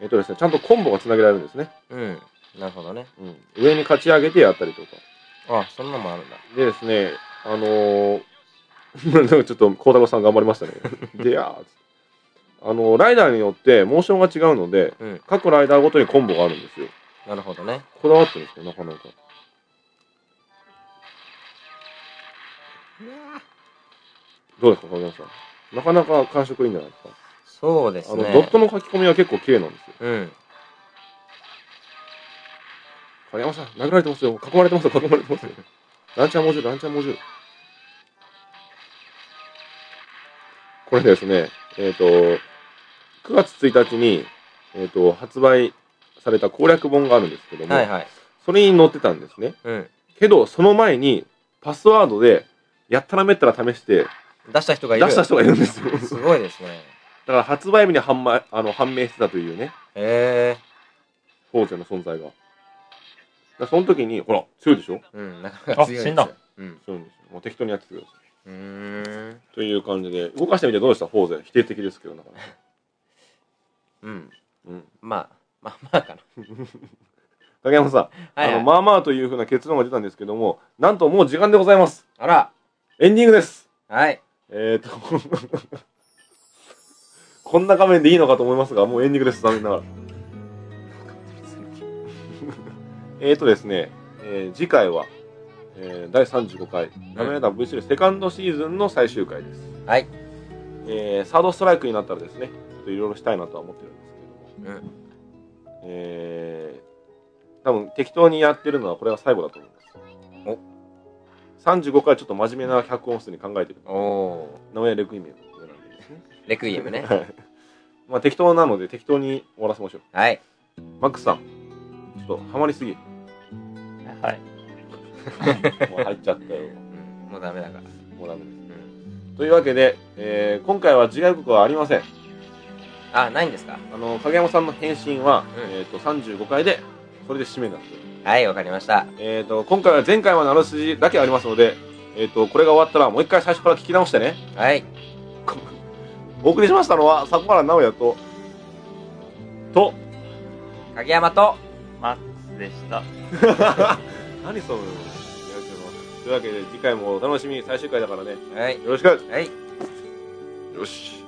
D: えっとですね、ちゃんとコンボが繋げられるんですね。
B: うん。なるほどね。
D: うん、上に勝ち上げてやったりとか。
B: あ、そんなのもあるんだ。
D: でですね、あのー なんかちょっと孝太郎さん頑張りま したね。でやーっつってあのーライダーによってモーションが違うので、
B: うん
D: 各ライダーごとにコンボがあるんですよ。
B: なるほどね。
D: こだわってるんですよ、なかなか。どうですか、孝太郎さん。なかなか感触いいんじゃないですか。
B: そうです
D: あ
B: ね。
D: のドットの書き込みは結構綺麗なんです
B: う
D: よ。
B: ん。
D: 影山さん、殴られてますよ。囲まれてますよ。囲まれてますよ。ランチャーモジュール、ランチャーモジュール。これですね、えっ、と、9月1日に、えっ、と、発売された攻略本があるんですけども、
B: はいはい。
D: それに載ってたんですね。
B: うん。
D: けど、その前に、パスワードで、やったらめったら試して、
B: 出した人がい
D: 出
B: る。
D: した人がいるんですよ。
B: す
D: だ
B: ごいですね。
D: から、発売日に判明あの判明してたというね、
B: へ
D: フォーゼの存在が。だからその時に、ほら、強いでしょ
B: えー。うん。なかなか強いんです
E: あ死ん
B: よ。うん。
D: 強いんですよ。もう適当にやっててください。
B: うーん。
D: という感じで、動かしてみてどうでしたフォーゼ。否定的ですけど、なか なか。
B: うん。
D: うん。
B: まあ、まあまあかな。
D: 影山さん、
B: はい、は
D: あの、
B: い。
D: まあまあというふうな結論が出たんですけども、なんともう時間でございます。
B: あら。
D: エンディングです。
B: はい。
D: えーと、 こんな画面でいいのかと思いますが、もうエンディングです、残念ながら。 えーとですね、えー次回は、えー、第35回、ラメラダ V3 セカンドシーズンの最終回です。
B: はい。
D: えーサードストライクになったらですね、ちょっといろいろしたいなとは思ってるんですけども。
B: うん。
D: えー、多分適当にやってるのはこれが最後だと思います。お35回ちょっと真面目な脚本室に考えてる。
B: おお
D: 名前レクイメンを選んでですね。
B: ー。レクイエムね。
D: はいまあ適当なので適当に終わらせましょう。
B: はい。
D: マックスさん、ちょっとハマりすぎ。も
E: はい。
D: う入っちゃったよ。
B: うん。もうダメだから。
D: もうダメ
B: う
D: で
B: ん。
D: す。というわけで、えー今回は次回予告はありません。
B: あ、ないんですか
D: あの、影山さんの返信は、
B: うん
D: えっ、と、35回で、それで締めになってる。
B: はい、わかりました。
D: えっ、と、今回は前回までのあらすじだけありますので、えっ、と、これが終わったらもう一回最初から聞き直してね。
B: はい。
D: お送りしましたのは、迫原直也と、と、
B: 影山と、
E: マックスでした。
D: 何その、やるけどというわけで、次回もお楽しみに、最終回だからね。
B: はい。
D: よろしく
B: はい。
D: よし。